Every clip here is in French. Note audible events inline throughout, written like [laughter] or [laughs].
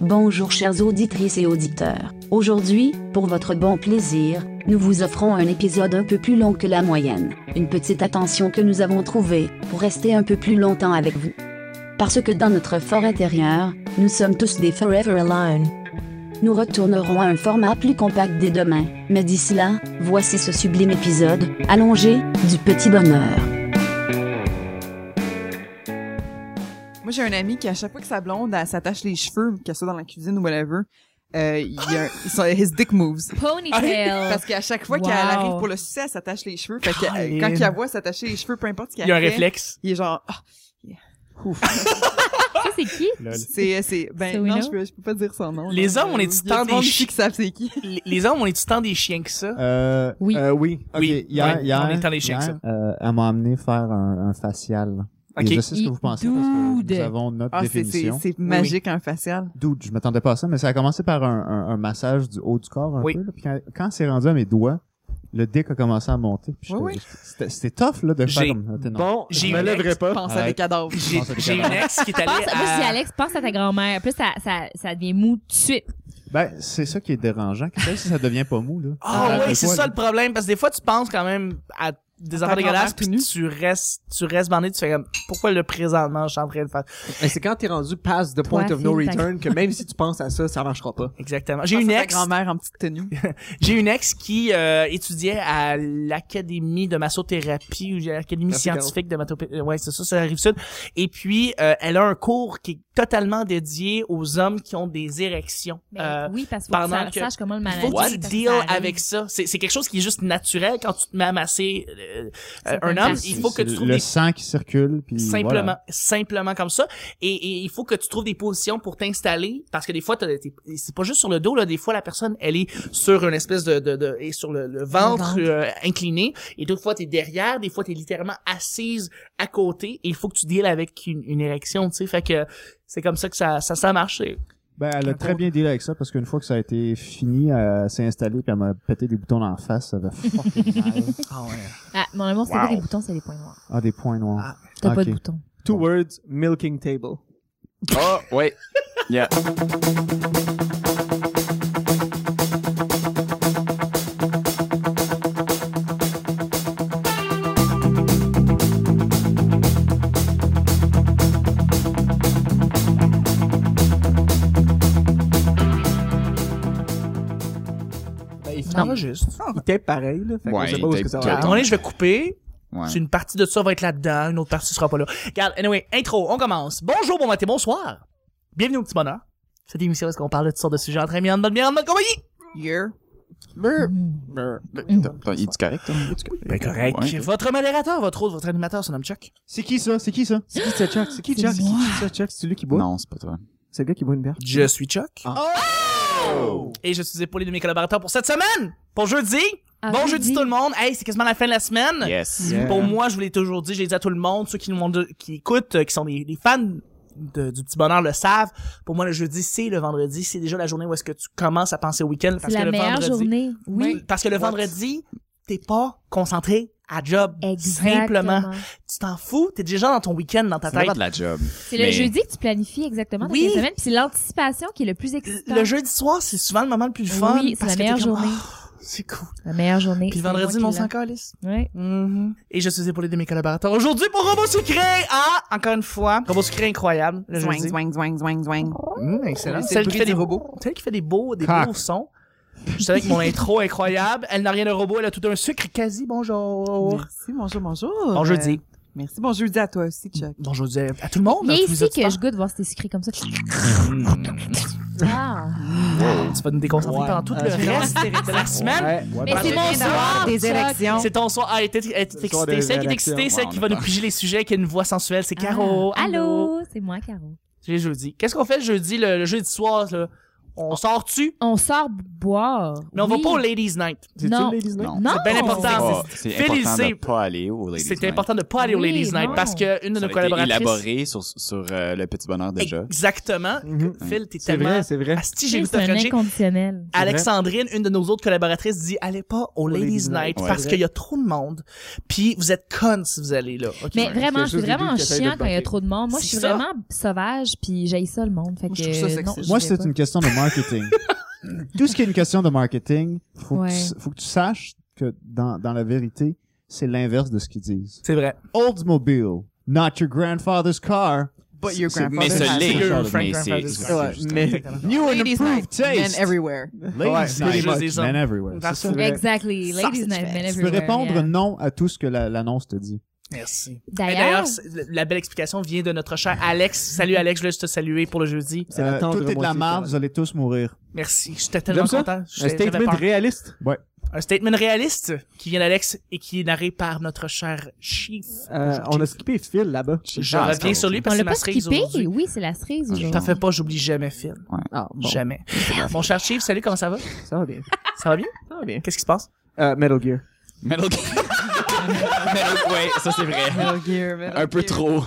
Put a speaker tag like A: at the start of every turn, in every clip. A: Bonjour chers auditrices et auditeurs. Aujourd'hui, pour votre bon plaisir, nous vous offrons un épisode un peu plus long que la moyenne. Une petite attention que nous avons trouvée pour rester un peu plus longtemps avec vous. Parce que dans notre fort intérieur, nous sommes tous des Forever Alone. Nous retournerons à un format plus compact dès demain, mais d'ici là, voici ce sublime épisode, allongé, du petit bonheur.
B: Moi, j'ai un ami qui, à chaque fois que sa blonde elle s'attache les cheveux, qu'elle soit dans la cuisine ou whatever, euh, il y a ils sont his dick
C: [laughs]
B: moves.
C: Ponytail.
B: Parce qu'à chaque fois
C: Wow.
B: qu'elle arrive pour le succès, elle s'attache les cheveux. Fait que, euh,
D: Colin.
B: quand il la voit s'attacher les cheveux, peu importe ce qu'elle
D: Il y a un
B: fait,
D: réflexe.
B: Il est genre, ah, yeah.
D: [laughs]
B: Ouf.
C: Ça, c'est qui?
D: Lol.
B: c'est, c'est, ben,
C: So we
B: non,
C: know.
B: je peux, je peux pas dire son nom.
D: Les
B: Donc,
D: hommes, on
B: euh,
D: est-tu
B: il y a
D: tant
B: du monde
D: des
B: ici
D: chi-
B: qui savent c'est qui.
D: Les- Les hommes, on est-tu tant des chiens que ça?
E: Euh,
C: Oui.
E: euh, oui. Ok,
D: Oui.
E: Hier,
D: Ouais,
E: hier,
D: on est allé chez
E: hier,
D: ça.
E: euh, elle m'a amené faire un, un facial.
D: Ok.
E: Et je sais ce que vous pensez parce que
C: Dude.
E: nous avons notre
B: Ah, c'est, c'est,
E: définition.
B: c'est magique, un facial.
E: Dude, je m'attendais pas à ça, mais ça a commencé par un, un- un massage du haut du corps un
D: Oui.
E: peu. là. Puis quand, quand c'est rendu à mes doigts, le dick a commencé à monter. Puis j'étais-
B: Oui, oui.
E: C'était, c'était tough là, de faire
D: J'ai-
E: comme... Ah, non.
F: Bon, je
D: J'ai
F: me
D: une
F: lèverai
B: Je
F: pas.
B: pense à des
E: Arrête.
B: cadavres.
D: J'ai
E: pense à des
D: j'ai une
E: cadavres.
D: ex qui est allée
C: Pense, Moi, je dis
D: à...
C: Alex, pense à ta grand-mère. Plus, ça, ça, ça devient mou tout de suite.
E: Ben, c'est ça qui est dérangeant. Qu'est-ce que ça devient pas mou, là?
D: Ah
E: Arrête
D: oui,
E: de
D: c'est
E: quoi,
D: ça
E: là?
D: le problème. Parce que des fois, tu penses quand même à des
B: Ta
D: affaires dégueulasses,
B: grand-mère tout
D: puis
B: nu.
D: tu restes, tu restes bandé, tu fais comme, pourquoi le présentement, je suis en train de faire...
F: Et c'est quand t'es rendu past the point
C: Toi,
F: of no
C: Phil,
F: return que même si tu penses à ça, ça marchera pas.
D: Exactement.
B: Je
D: J'ai
B: pense
D: une
B: à Ah, ta
D: ex,
B: grand-mère en petite
C: [laughs]
B: tenue.
D: j'ai une ex qui euh, étudiait à l'académie de massothérapie ou à l'académie
F: Merci, Caro.
D: scientifique de massothérapie. Ouais, c'est ça, ça arrive sud. Et puis euh, elle a un cours qui est totalement dédié aux hommes qui ont des érections.
C: Ben,
D: Euh,
C: oui, parce qu'il faut que
D: pendant
C: ça
D: que-
C: sache comment le
D: Il faut
C: manager.
D: que tu
C: parce
D: deal
C: ça arrive.
D: avec ça. C'est c'est quelque chose qui est juste naturel quand tu te mets à masser euh, euh,
C: peut
D: un
C: être
D: homme.
C: facile.
D: Il faut que
E: C'est
D: tu trouves
E: Le
D: des
E: sang qui circule, puis
D: simplement
E: voilà.
D: simplement comme ça et, et il faut que tu trouves des positions pour t'installer parce que des fois t'as- t'es- c'est pas juste sur le dos là des fois la personne elle est sur une espèce de, de, de- est sur le, le ventre euh, incliné et d'autres fois t'es derrière des fois t'es littéralement assise à côté et il faut que tu deals avec une, une érection tu sais fait que c'est comme ça que ça ça, ça marche c'est-
E: Ben, elle a très bien dealé avec ça parce qu'une fois que ça a été fini, euh, elle s'est installée puis elle m'a pété des boutons en face. Ça avait fucking mal.
C: Ah, mon amour, c'est pas des boutons, c'est des points noirs.
E: Ah, des points noirs.
C: T'as pas
E: Ok.
C: de boutons.
F: Two words, milking table.
G: Oh, ouais. Yeah.
F: Ben, il
C: Non.
F: tape juste. Il tape pareil, là. Fait qu'on
G: Ouais,
F: sait
G: il
F: pas où est-ce
G: tape
F: que ça
G: tout.
F: va.
D: À un moment donné, je vais couper
G: Ouais.
D: une partie de ça va être là-dedans une autre partie sera pas là regarde anyway intro on commence bonjour bon matin bonsoir bienvenue au petit bonheur cette émission où est-ce qu'on parle de toutes sortes de sujets entre amis en bonne bière en bonne compagnie
B: Yeah.
G: Attends, Euh, Il dit correct, hein? Il dit correct.
D: Ben correct.
G: Ouais.
D: Votre modérateur, votre autre, votre animateur, son nom Chuck.
E: C'est qui ça? C'est qui ça?
F: C'est qui, ça, Chuck? C'est qui, Chuck? C'est qui, ça, Chuck? C'est lui qui boit?
G: Non, c'est pas toi.
F: C'est le gars qui boit une bière.
D: Je suis Chuck. Oh!
F: Ah.
D: Et je suis épaulé de mes collaborateurs pour cette semaine. Pour jeudi.
C: Ah,
D: bon
C: jeudi.
D: jeudi tout le monde. Hey, c'est quasiment la fin de la semaine.
G: Yes.
F: Yeah.
D: Pour moi, je vous l'ai toujours dit, je l'ai dit à tout le monde, ceux qui nous ont de- qui écoutent, euh, qui sont des, des fans de- du petit bonheur le savent. Pour moi, le jeudi, c'est le vendredi, c'est déjà la journée où est-ce que tu commences à penser au week-end
C: C'est
D: parce que
C: la
D: le
C: meilleure
D: vendredi.
C: journée. Oui.
D: Parce que le vendredi, t'es pas concentré à job.
C: Exactement.
D: Simplement. Tu t'en fous, t'es déjà dans ton week-end dans ta
G: Ça
D: tête.
G: va de la job.
C: C'est le
G: Mais-
C: jeudi que tu planifies exactement
D: Oui.
C: oui. semaine, puis c'est l'anticipation qui est le plus excitant.
D: Le jeudi soir, c'est souvent le moment le plus fun.
C: Oui, c'est
D: parce
C: la
D: que t'es
C: meilleure
D: comme,
C: journée.
D: Ah, c'est cool.
C: La meilleure journée.
D: Puis le
C: c'est
D: vendredi,
C: moi
D: mon
C: qui
D: sang calisse.
C: l'ai. Ouais.
D: Mm-hmm. Et je suis épaulé de mes collaborateurs. Aujourd'hui, pour Robot Sucré, ah, encore une fois, Robot Sucré incroyable. Le
B: Zwang,
D: jeudi.
B: zwang, zwang, zwang, zwang.
D: Mmh, excellent.
F: C'est
D: Celle
F: le
D: qui
F: bruit
D: fait
F: du
D: des
F: robot. Ah.
D: Celle qui fait des beaux, des
E: Cock.
D: beaux sons. Je savais que mon intro est incroyable. Elle n'a rien de robot, elle a tout un sucre quasi. Bonjour.
B: Merci, bonjour, bonjour.
D: Bon
B: Euh,
D: jeudi.
B: Merci, bon jeudi à toi aussi, Chuck.
D: Bonjour Dieu. à tout le monde.
C: Il y
D: à
C: a
D: tous les
C: ici que
D: auditeurs.
C: je goûte voir si t'es sucré
E: [laughs]
C: comme ça. Ah.
D: Tu vas nous déconcentrer
F: Ouais.
D: pendant tout le
F: Euh, c'est-
D: reste de la semaine.
F: Ouais.
C: Mais
D: Parce
C: c'est
D: que-
C: mon soir.
B: Des
C: Chuck.
B: élections.
D: C'est ton soir. Ah, elle était, elle était
F: Le soir
D: excitée.
F: des
D: Celle qui est
F: rédactions.
D: excitée, celle
G: Ouais,
D: qui
G: on
D: va
G: est
D: nous
G: pas-
D: piger les sujets, qui a une voix sensuelle, c'est
C: Ah.
D: Caro.
C: Allô. C'est moi, Caro.
D: C'est jeudi. Qu'est-ce qu'on fait le jeudi, le, le jeudi soir, là? On sort-tu?
C: On sort boire.
D: Mais on va
C: Oui.
D: pas au Ladies Night.
F: C'est-tu
C: Non.
F: Ladies Night?
G: Non.
C: Non.
D: C'est bien important.
G: Ah, c'est
D: Phil, il
G: important
D: sait.
G: de pas aller au Ladies
D: C'était
G: Night.
D: important de pas aller au
C: Oui,
D: Ladies Night
C: non.
D: parce que une de nos
G: Ça a été
D: collaboratrices.
G: élaboré sur, sur euh, le petit bonheur déjà.
D: Exactement.
F: Mhm.
D: Phil, t'es
F: C'est
D: tellement.
F: vrai, c'est vrai.
D: Asti, j'ai
C: C'est
D: goût de te
C: un
D: frencher.
C: inconditionnel.
F: vrai.
D: Alexandrine, une de nos autres collaboratrices, dit allez pas au Ladies
F: Ladies
D: Night
F: Night,
G: ouais.
D: parce
F: C'est vrai.
D: qu'il y a trop de monde. Puis vous êtes connes si vous allez là. Ok.
C: Mais vraiment,
F: quelque
C: je suis
F: chose des deux
C: vraiment
F: qui essaye de
C: chiant
F: te
C: quand il y a
F: bloquer.
C: trop de monde. Moi, je
D: C'est
C: suis
D: ça.
C: vraiment sauvage, puis j'haïs ça le monde. Fait
B: Moi,
C: que,
B: je trouve ça sexiste.
C: non, j'y
B: Je
E: Moi,
C: vais
E: c'est
C: pas.
E: une question de marketing. Tout ce qui est une question de marketing, faut,
C: Ouais.
E: que, tu, s- faut que tu saches que dans, dans la vérité, c'est l'inverse de ce qu'ils disent.
D: C'est
F: [laughs]
D: vrai.
E: Oldsmobile, not your grandfather's car.
B: But your
G: C'est- c'est- mais
B: grandfather
G: ce
B: has
G: l'est.
B: it.
D: Figure,
E: mais
D: Frank
G: c'est-
D: Grandfather's
G: c'est-
D: Car.
F: Ouais, mais-
D: Exactement.
E: New and
B: Ladies
E: improved
B: night, men
E: taste.
B: everywhere.
E: Ladies
D: Ouais,
E: night,
D: je les aime.
E: men everywhere.
D: Parce
E: C'est ça.
D: que-
C: Exactly. Ladies
D: Sausage
C: Night, men
D: fest.
E: Tu peux
C: everywhere.
E: répondre
C: yeah.
E: non à tout ce que la- l'annonce te dit.
D: Merci. Et
C: D'ailleurs,
D: D'ailleurs, c'est- la belle explication vient de notre cher Alex. Salut Alex, je voulais juste te saluer pour le jeudi.
F: C'est la
E: Euh,
F: tendre
E: tout est de la
F: moitié
E: merde, vous allez tous mourir.
D: Merci, j'étais tellement
F: J'aime ça.
D: content.
F: Un
D: J'étais- j'avais
F: statement
D: peur.
F: réaliste.
D: Un statement réaliste qui vient d'Alex et qui est narré par notre cher Chief.
F: Euh, on a skippé Phil là-bas.
D: Je
G: Ah,
D: reviens
G: c'est
D: sur lui
C: on
D: parce que
C: l'a
D: c'est ma
C: pas
D: cerise
C: skippé.
D: aujourd'hui.
C: Oui, c'est la cerise
D: T'en
C: aujourd'hui.
D: fais pas, j'oublie jamais Phil.
F: Ah, bon.
D: Jamais. Mon cher Chief, salut, comment ça va?
F: Ça va bien.
D: Ça va bien?
F: Ça va bien.
D: Qu'est-ce qui se passe?
F: Euh, Metal Gear.
G: Metal Gear. Metal Ouais, ça c'est vrai.
B: Metal Gear, Metal
G: Un peu
B: Gear.
G: trop.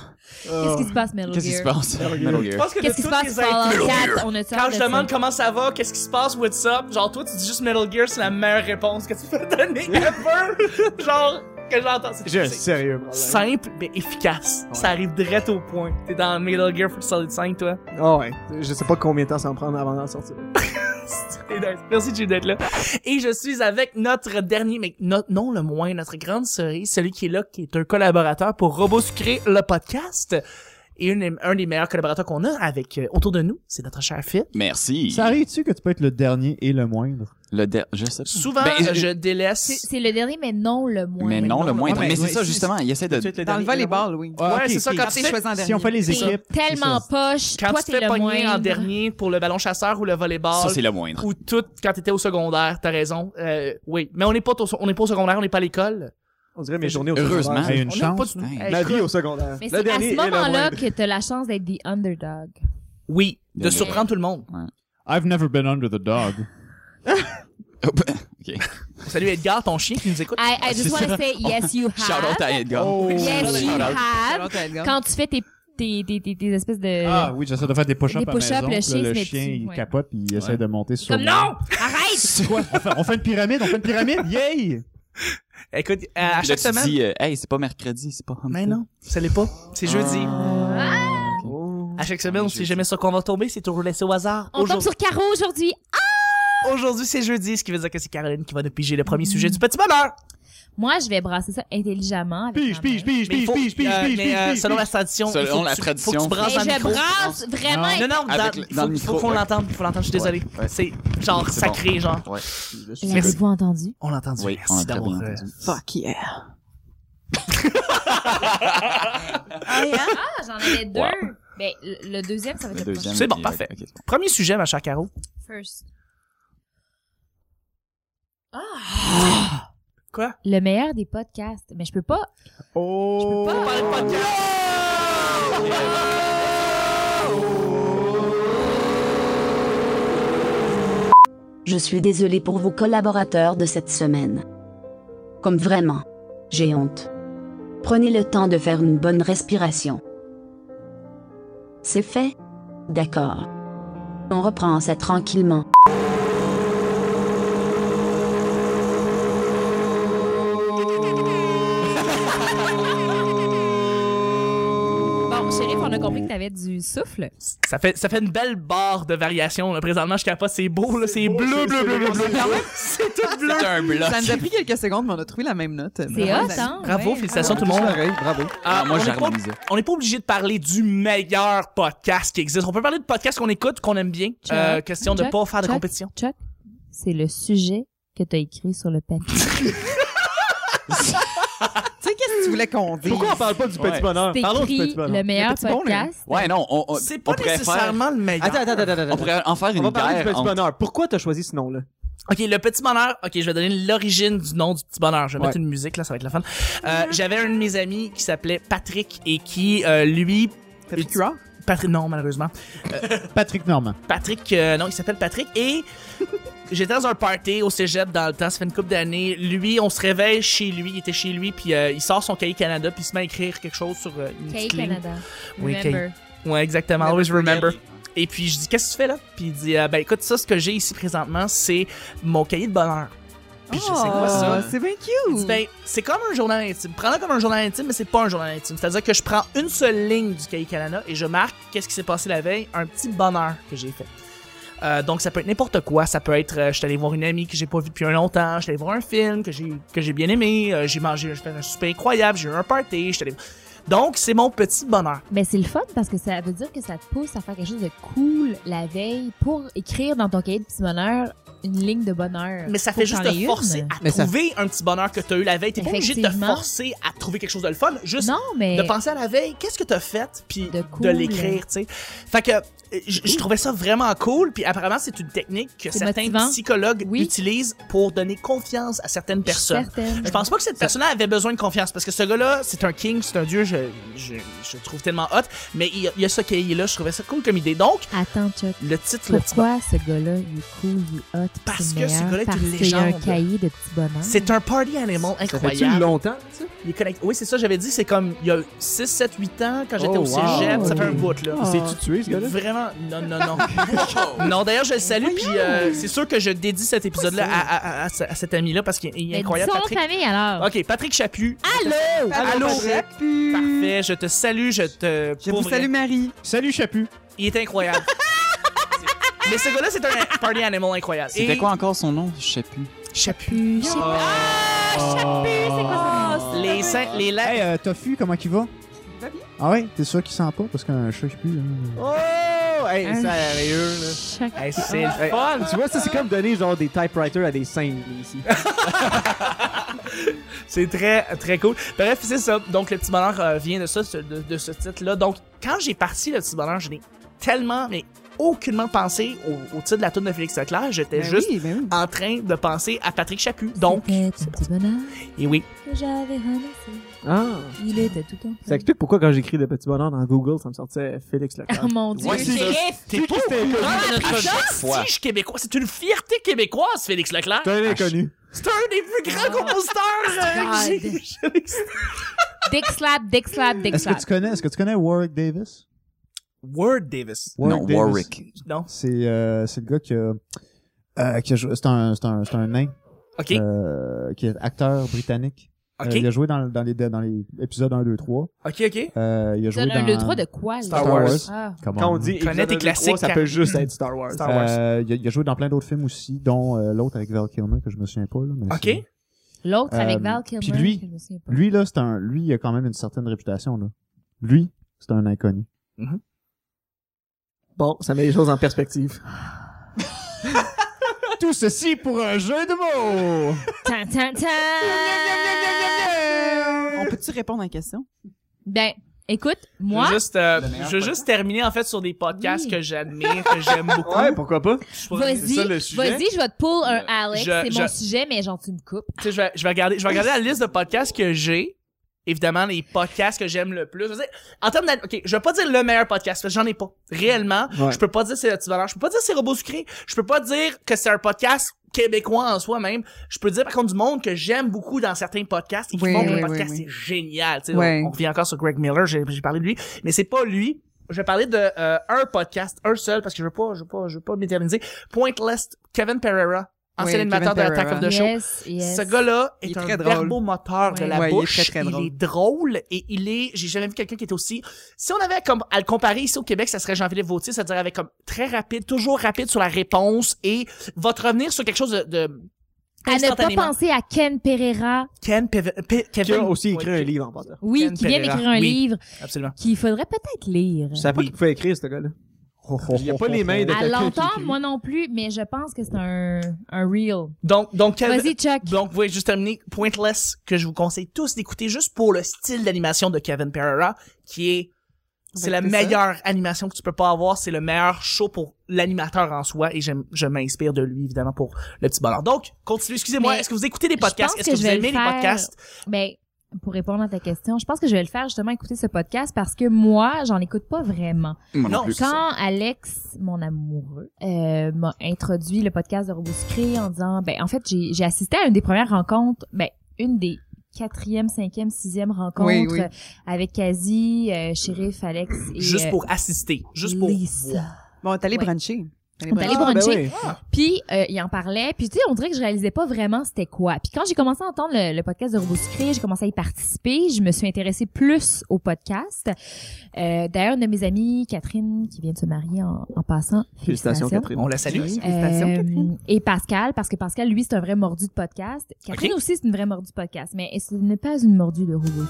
C: Qu'est-ce qui se passe, Metal
G: Qu'est-ce qui se
C: Gear?
G: passe? Metal
D: Je
G: Gear.
D: pense que de
C: Qu'est-ce qui se
D: toutes
C: passe
D: les
C: Fallout
D: intros-
C: 4? On a
D: Quand je demande comment ça va, qu'est-ce qui se passe, what's up, genre toi tu dis juste Metal Gear, c'est la meilleure réponse que tu peux [laughs] donner ever. genre que j'entends. C'est-
F: J'ai un
D: c'est
F: sérieux problème.
D: Simple mais efficace. Ça arrive direct au point. T'es dans Metal Gear Full Solid 5 toi.
F: Ah ouais. Je sais pas combien de temps ça va me prendre avant d'en sortir.
D: C'est nice. Merci Jim d'être là. Et je suis avec notre dernier, mais no- non le moins, notre grande cerise, celui qui est là, qui est un collaborateur pour Robot Sucré, le podcast. Et une- un des meilleurs collaborateurs qu'on a avec euh, autour de nous, c'est notre cher Phil.
G: Merci.
E: Ça arrive-tu que tu peux être le dernier et le moindre?
G: Le der- Je sais pas.
D: Souvent,
G: Ben,
D: je,
G: je-
C: C'est
D: délaisse.
C: c'est le dernier, mais non le moins.
G: Mais non, le moindre.
E: ouais,
G: Mais
E: ouais,
G: c'est ça,
E: si-
G: justement. Il essaie de.
B: Dans le volleyball, oui.
D: Ouais,
E: ok,
D: c'est ça,
E: ok.
D: quand
B: Quand
D: tu
B: t'es
D: fais-
B: choisi en dernier.
E: Si on fait les
C: T'es
E: équipes,
C: tellement
E: c'est
C: poche.
D: Quand
C: Toi, t'es
D: tu te fais
C: le
D: pogner en
C: moindre.
D: dernier pour le ballon chasseur ou le volleyball
G: Ça, c'est le moindre.
D: ou tout quand t'étais au secondaire, t'as raison. Euh, oui, mais on n'est pas au, on n'est pas au secondaire, on n'est pas à l'école.
F: On dirait mes journées au
G: Heureusement.
E: ça. Hey, une
F: secondaire.
D: On n'est
E: chance.
D: pas du-
G: Hey.
D: Hey,
F: Ma
D: écoute,
F: vie au secondaire.
C: Mais
F: Le
C: c'est à
F: dernier
C: ce
F: et le
C: moment-là
F: moindre.
C: que t'as la chance d'être the underdog.
D: Oui, de
G: Bien
D: surprendre tout le monde.
E: I've never been under the dog.
G: Oh, ben, OK.
D: Salut Edgar, ton chien qui nous écoute.
C: I, I just want to say yes, you
G: Shout out
C: have.
G: à Edgar.
C: Yes, you
G: Shout-out.
B: Alors,
C: have.
B: t'as Edgar.
C: Quand tu fais tes, tes, tes, tes, tes espèces de...
E: Ah oui, j'essaie de faire des push-ups
C: Des
E: à la
C: push-ups,
E: maison.
C: le
E: puis
C: chien
E: là,
C: se
E: le
C: met
E: chien,
C: dessus,
E: il
C: ouais.
E: capote puis il essaie de monter sur
C: Comme
E: moi.
C: non! Arrête!
E: C'est quoi? On fait, on fait une pyramide, on fait une pyramide, yay!
D: Écoute, euh, à
G: Puis là,
D: chaque
G: tu
D: semaine.
G: dis, euh, hey, c'est pas mercredi, c'est pas. hump
D: Mais
G: day.
D: non, ça l'est pas. C'est jeudi.
G: Ah.
F: Oh.
D: À chaque semaine, on sait jamais sur quoi on va tomber, c'est toujours laissé au hasard.
C: On tombe
D: Aujourd'hui,
C: sur Caro aujourd'hui.
D: aujourd'hui, c'est jeudi, ce qui veut dire que c'est Caroline qui va nous piger le premier sujet du petit bonheur.
C: Moi, je vais brasser ça intelligemment. Avec
E: Pige,
C: ma
E: pige,
C: main.
E: pige,
D: Mais il
E: pige,
D: faut-
E: pige, pige,
D: euh,
E: pige,
D: mais, euh,
E: pige,
D: Selon la
E: pige.
D: tradition,
G: Selon
D: il faut que
G: la
D: tu-
G: tradition.
D: faut que tu brasses
C: Et
D: dans le
C: je
D: micro.
C: brasse vraiment.
D: Non, non,
G: Avec
D: dans-
G: le-
D: il
G: dans
D: faut,
G: le micro,
D: faut qu'on
G: ouais.
D: l'entende, faut l'entendre, je suis désolé.
G: Ouais, ouais.
D: C'est genre
G: C'est
D: sacré, genre.
G: Ouais.
C: L'avez-vous entendu?
D: On l'a entendu.
G: Oui,
D: Merci
G: on a très
D: d'avoir,
G: bien
D: euh,
G: entendu.
B: Fuck yeah.
C: Ah, j'en avais deux.
G: Wow.
C: Ben, le le deuxième, ça va
G: Le
C: être le
G: deuxième,
D: C'est bon,
G: il-
D: parfait.
G: ok, c'est bon.
D: Premier sujet, ma chère Caro.
C: prochain. First.
D: Quoi?
C: Ah! Le meilleur des podcasts. Mais je peux pas.
E: Oh!
C: Je peux pas.
D: Parle pas de
A: Je suis désolé pour vos collaborateurs de cette semaine. Comme vraiment. J'ai honte. Prenez le temps de faire une bonne respiration. C'est fait D'accord. On reprend ça tranquillement.
C: Bon, Chérif, on a compris que t'avais du souffle.
D: Ça fait, ça fait une belle barre de variation, là. Présentement, je capote, c'est beau, là. C'est bleu, bleu, bleu, bleu, bleu. C'est tout bleu.
G: C'est un bloc.
B: Ça nous a pris quelques secondes, mais on a trouvé la même note.
C: C'est hot, hein?
D: Bravo,
C: Ouais.
D: félicitations tout le
F: Juste
D: monde.
F: l'oreille, bravo.
D: Ah,
G: Ah, moi,
D: on est
G: j'ai
D: pas-
G: harmonisé.
D: On n'est pas obligé de parler du meilleur podcast qui existe. On peut parler de podcasts qu'on écoute, qu'on aime bien.
C: Check.
D: Euh, question de
C: Check.
D: pas faire de
C: Check.
D: compétition.
C: Chuck, c'est le sujet que t'as écrit sur le papier.
D: [laughs]
B: Tu sais, qu'est-ce que tu voulais qu'on dise?
F: Pourquoi on parle pas du petit
G: Ouais.
F: bonheur?
C: C'est
F: Parlons du
C: écrit le
F: petit bonheur.
C: meilleur
B: petit bonheur.
C: podcast.
G: Ouais, non, on, on,
D: C'est
G: on
D: pas
G: pourrait faire.
D: nécessairement le meilleur.
F: Attends, attends, attends, attends.
G: On pourrait en faire
F: On
G: une
F: va parler du
G: guerre.
F: petit
G: entre-
F: bonheur. Pourquoi t'as choisi ce nom-là?
D: OK, le petit bonheur. OK, je vais donner l'origine du nom du petit bonheur. Je vais mettre une musique, là, ça va être la fun. Euh, J'avais un de mes amis qui s'appelait Patrick et qui, euh, lui,
B: Patrick Huard?
D: Patrick, non, malheureusement.
E: Patrick Normand.
D: Patrick, euh, non, il s'appelle Patrick. Et [laughs] j'étais dans un party au cégep dans le temps, ça fait une couple d'années. Lui, on se réveille chez lui, il était chez lui, puis euh, il sort son cahier Canada, puis il se met à écrire quelque chose sur euh, une
C: Cahier
D: petite ligne.
C: Canada.
D: Oui,
C: Remember.
D: Ouais, exactement. Always remember. Et puis je dis qu'est-ce que tu fais là Puis il dit euh, ben écoute ça ce que j'ai ici présentement c'est mon cahier de bonheur. Puis je dis,
C: Oh.
D: c'est quoi ça
B: Oh, C'est bien
D: Il dit,
B: cute.
D: ben, c'est comme un journal intime. Prends-le comme un journal intime, mais c'est pas un journal intime. C'est-à-dire que je prends une seule ligne du cahier Canada et je marque qu'est-ce qui s'est passé la veille, un petit bonheur que j'ai fait. Euh, donc ça peut être n'importe quoi, ça peut être euh, je suis allé voir une amie que j'ai pas vue depuis un longtemps, je suis allé voir un film que j'ai que j'ai bien aimé, euh, j'ai mangé, j'ai fait un souper incroyable, j'ai eu un party, je suis allé Donc c'est mon petit bonheur.
C: Mais c'est le fun parce que ça veut dire que ça te pousse à faire quelque chose de cool la veille pour écrire dans ton cahier de petit bonheur une ligne de bonheur.
D: Mais ça
C: Faut
D: fait
C: que
D: juste
C: t'en
D: te
C: aies
D: forcer
C: une.
D: à
G: Mais ça-
D: trouver un petit bonheur que tu as eu la veille. T'es pas obligé de te
C: Effectivement.
D: forcer à trouver quelque chose de le fun, juste
C: Non, mais.
D: de penser à la veille, qu'est-ce que t'as fait, puis de,
C: De cool.
D: l'écrire, tu sais. Fait que euh, je je trouvais ça vraiment cool, puis apparemment c'est une technique que
C: C'est
D: certains
C: motivant.
D: psychologues
C: Oui.
D: utilisent pour donner confiance à certaines personnes.
C: Certaines.
D: Je pense pas que cette personne-là avait besoin de confiance parce que ce gars-là, c'est un king, c'est un dieu, je, je, je le trouve tellement hot, mais il y a, il y a ce cahier-là, je trouvais ça cool comme idée. Donc,
C: Attends, Chuck.
D: le titre, le petit
C: Pourquoi ce gars-là, il est cool, il est hot, pis
D: Parce
C: c'est
D: que
C: le
D: ce
C: meilleur,
D: gars-là est une
C: parce qu'il y a un
D: légende.
C: cahier de petits bonheurs.
D: C'est un party animal
F: Ça fait-tu
D: incroyable.
F: longtemps, ça?
D: Il est connecté- Oui, c'est ça, j'avais dit, c'est comme il y a 6, 7, 8 ans quand j'étais
F: Oh,
D: au cégep,
F: wow.
D: ça fait un bout là.
F: Il s'est-tu tué, ce gars-là?
D: Vraiment, non, non, non. [laughs] non, d'ailleurs, je le salue, puis euh, c'est sûr que je dédie cet épisode-là à, à, à, à ce- à cet ami-là parce qu'il il est
C: Mais
D: incroyable,
C: disons
D: Patrick.
C: famille alors.
D: Ok, Patrick Chaput.
C: Allô!
D: Allô?
B: Chapu.
D: Parfait, je te salue, je te.
B: Je
D: pour
B: vous
D: vrai,
B: salue, Marie.
E: Salut Chapu.
D: Il est incroyable. C'est- Mais ce gars-là, c'est un party animal incroyable.
G: C'était
D: Et-
G: quoi encore son nom? Je sais plus.
D: Chaput.
C: Ah,
D: Les, seins- les lèvres.
E: Hey, euh, Tofu, comment il va? Ah ouais? T'es sûr qu'il sent pas? Parce qu'un chat, je sais plus. hein.
F: Oh! Hey,
C: Hein?
B: Un
F: c'est sérieux, là.
C: Chaque-
D: Hey, c'est le
F: Hey,
D: fun!
F: Tu vois, ça, c'est comme donner genre des typewriters à des singes ici.
D: C'est très, très cool. Bref, c'est ça. Donc, le petit bonheur euh, vient de ça, ce- de, de ce titre-là. Donc, quand j'ai parti le petit bonheur, je n'ai tellement, mais aucunement pensé au, au titre de la tourne de Félix Leclerc. J'étais
B: Ben
D: juste
B: oui, ben oui.
D: en train de penser à Patrick Chaput. Donc,
C: C'était un petit bonheur
D: et oui.
C: que j'avais ramassé.
F: Ah!
C: Il était tout en
F: Ça explique pourquoi quand j'écris le petit bonheur dans Google, ça me sortait Félix Leclerc.
C: Oh mon dieu,
G: Ouais, c'est ça.
C: shérif!
D: T'es pas
G: de notre
D: notre
G: chaque fois.
D: prestige québécois. C'est une fierté québécoise, Félix Leclerc.
F: T'es un inconnu.
D: C'est un des plus grands compositeurs euh, que j'ai-
C: Dick slap, dick slap, dick
E: Est-ce que
C: slap.
E: tu connais, est-ce que tu connais Warwick Davis?
D: Word Davis.
G: Non,
E: Davis.
G: Warwick.
D: Non.
E: C'est, euh, c'est le gars qui a, euh, qui a joué, c'est un, c'est un, c'est un nain,
D: OK.
E: euh, qui est acteur britannique.
D: OK.
E: Euh, il a joué dans, dans les, dans les épisodes 1, 2, 3.
D: OK, OK.
E: Euh, il a joué
C: Donne
E: dans...
C: un 2-3 de quoi, là?
D: Star Wars.
C: Ah.
E: Come
F: Quand
E: on.
F: on dit
D: Connais tes
F: épisode
D: classiques, hein.
F: 3, ça
D: quand-
F: peut juste être Star Wars.
D: Star Wars.
E: Euh, il, a, il a joué dans plein d'autres films aussi, dont euh, l'autre avec Val Kilmer, que je me souviens pas. Là, mais
D: OK.
E: c'est-
C: L'autre avec
E: Euh,
C: Val Kilmer.
E: puis lui-
C: je me souviens pas.
E: Lui, là, c'est un... Lui, il a quand même une certaine réputation, là. Lui, c'est un inconnu.
F: Bon, ça met les choses en perspective.
E: Tout ceci pour un jeu de mots!
C: Tan, tan, tan!
B: On peut-tu répondre à la question?
C: Ben, écoute,
D: je
C: moi,
D: veux juste, euh,
G: Le meilleur
D: je veux juste terminer en fait sur des podcasts
C: Oui.
D: que j'admire, que j'aime beaucoup.
F: Ouais,
D: [laughs]
F: pourquoi pas?
D: Je pourrais-
C: vas-y,
F: ça, le sujet.
C: vas-y, je vais te pull un
D: Je-
C: Alex,
D: je-
C: c'est mon
D: je-
C: sujet, mais genre, tu me coupes.
D: Tu sais, je vais, je vais regarder, je vais regarder la liste de podcasts que j'ai. Évidemment, les podcasts que j'aime le plus. Je veux dire, en termes d'an- ok, je vais pas dire le meilleur podcast, parce que j'en ai pas. Réellement,
F: Ouais.
D: je peux pas dire c'est le petit valeur, je peux pas dire c'est Robots sucrés, je peux pas dire que c'est un podcast québécois en soi-même. Je peux dire par contre du monde que j'aime beaucoup dans certains podcasts et qui
B: Oui,
D: font que
B: oui,
D: le podcast
B: oui, oui.
D: est génial. Tu sais,
B: Ouais.
D: on, on revient encore sur Greg Miller, j'ai j'ai parlé de lui, mais c'est pas lui. Je vais parler de euh, un podcast, un seul, parce que je veux pas, je veux pas, je veux pas m'éterniser. Pointless, Kevin Pereira, ancien
B: Oui,
D: animateur de
B: Kevin
D: Attack of the Show.
C: Yes, yes.
D: Ce gars-là
B: Il
D: est,
B: est
D: un
B: très drôle.
D: verbomoteur de
C: Ouais.
D: la
B: Ouais, il est
D: bouche.
B: très, très drôle.
D: Il est drôle et il est. J'ai jamais vu quelqu'un qui était aussi. Si on avait à, com- à le comparer ici au Québec, ça serait Jean-Philippe Vautier, c'est-à-dire avec comme très rapide, toujours rapide sur la réponse et va te revenir sur quelque chose de. de-
C: À ne
D: instantanément.
C: pas penser à Ken Pereira,
D: Ken Peve- Pe-
F: Qui
D: Kevin.
F: a aussi écrit
D: Ouais,
F: un livre en passant.
C: oui,
D: Ken
C: qui vient
D: Pereira,
C: d'écrire un
D: oui.
C: livre
D: Absolument.
C: qu'il faudrait peut-être lire.
F: Je savais pas qu'il pouvait écrire, ce gars-là. Il y a pas les mains de-
C: À
F: quelqu'un qui
C: l'entendre,
F: écrit.
C: moi non plus, mais je pense que c'est un, un reel.
D: Donc, donc Kevin-
C: Vas-y, Chuck.
D: Donc, vous pouvez juste terminer Pointless, que je vous conseille tous d'écouter juste pour le style d'animation de Kevin Pereira, qui est,
B: va
C: Ben,
D: c'est la
B: écouter ça.
D: meilleure animation que tu peux pas avoir, c'est le meilleur show pour l'animateur en soi, et j'aime, je m'inspire de lui, évidemment, pour le petit bonheur. Donc, continuez, excusez-moi,
C: Mais
D: est-ce que vous écoutez des
C: je pense
D: podcasts? Est-ce
C: que
D: que,
C: je
D: vous
C: vais
D: aimez
C: le
D: les
C: faire.
D: podcasts?
C: Ben, pour répondre à ta question, je pense que je vais le faire justement écouter ce podcast parce que moi, j'en écoute pas vraiment.
H: Moi
D: Non,
H: plus.
C: Quand Alex, mon amoureux, euh, m'a introduit le podcast de Robot Sucré en disant, ben en fait, j'ai j'ai assisté à une des premières rencontres, ben une des quatrième, cinquième, sixième rencontres
B: Oui, oui.
C: euh, avec Kazi, euh, Shérif, Alex et
D: Juste
C: euh,
D: pour assister. Juste pour.
C: Lisa.
B: Bon, t'allais
C: Ouais.
B: bruncher. T'allais
C: On est allé
B: bruncher.
C: bruncher.
F: Ah, ben oui.
C: Puis euh, il en parlait, puis tu sais, on dirait que je réalisais pas vraiment c'était quoi. Puis quand j'ai commencé à entendre le, le podcast de Robot Sucré, j'ai commencé à y participer, je me suis intéressée plus au podcast. Euh, D'ailleurs, une de mes amies, Catherine, qui vient de se marier en, en passant,
F: Félicitations, Catherine.
D: On la salue.
B: Oui. Félicitations, Catherine.
C: euh, et Pascal, parce que Pascal, lui, c'est un vrai mordu de podcast. Catherine
D: Ok.
C: aussi, c'est une vraie mordu de podcast, mais ce n'est pas une mordu de robot.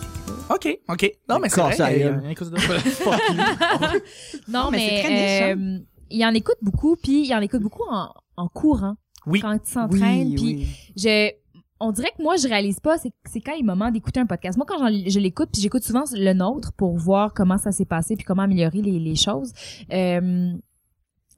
D: OK, OK. Non, mais c'est
G: Corps,
D: vrai.
G: ça y est.
D: euh, rien que ça.
C: [laughs] Non,
B: Non, mais
C: mais,
B: c'est très niche,
C: euh, il en écoute beaucoup, puis il en écoute beaucoup en, en courant.
D: Oui.
C: Quand
B: Oui,
C: il s'entraîne, puis
B: oui.
C: je on dirait que moi je réalise pas c'est c'est quand il est moment d'écouter un podcast moi quand j'en- je l'écoute puis j'écoute souvent le nôtre pour voir comment ça s'est passé puis comment améliorer les, les choses euh,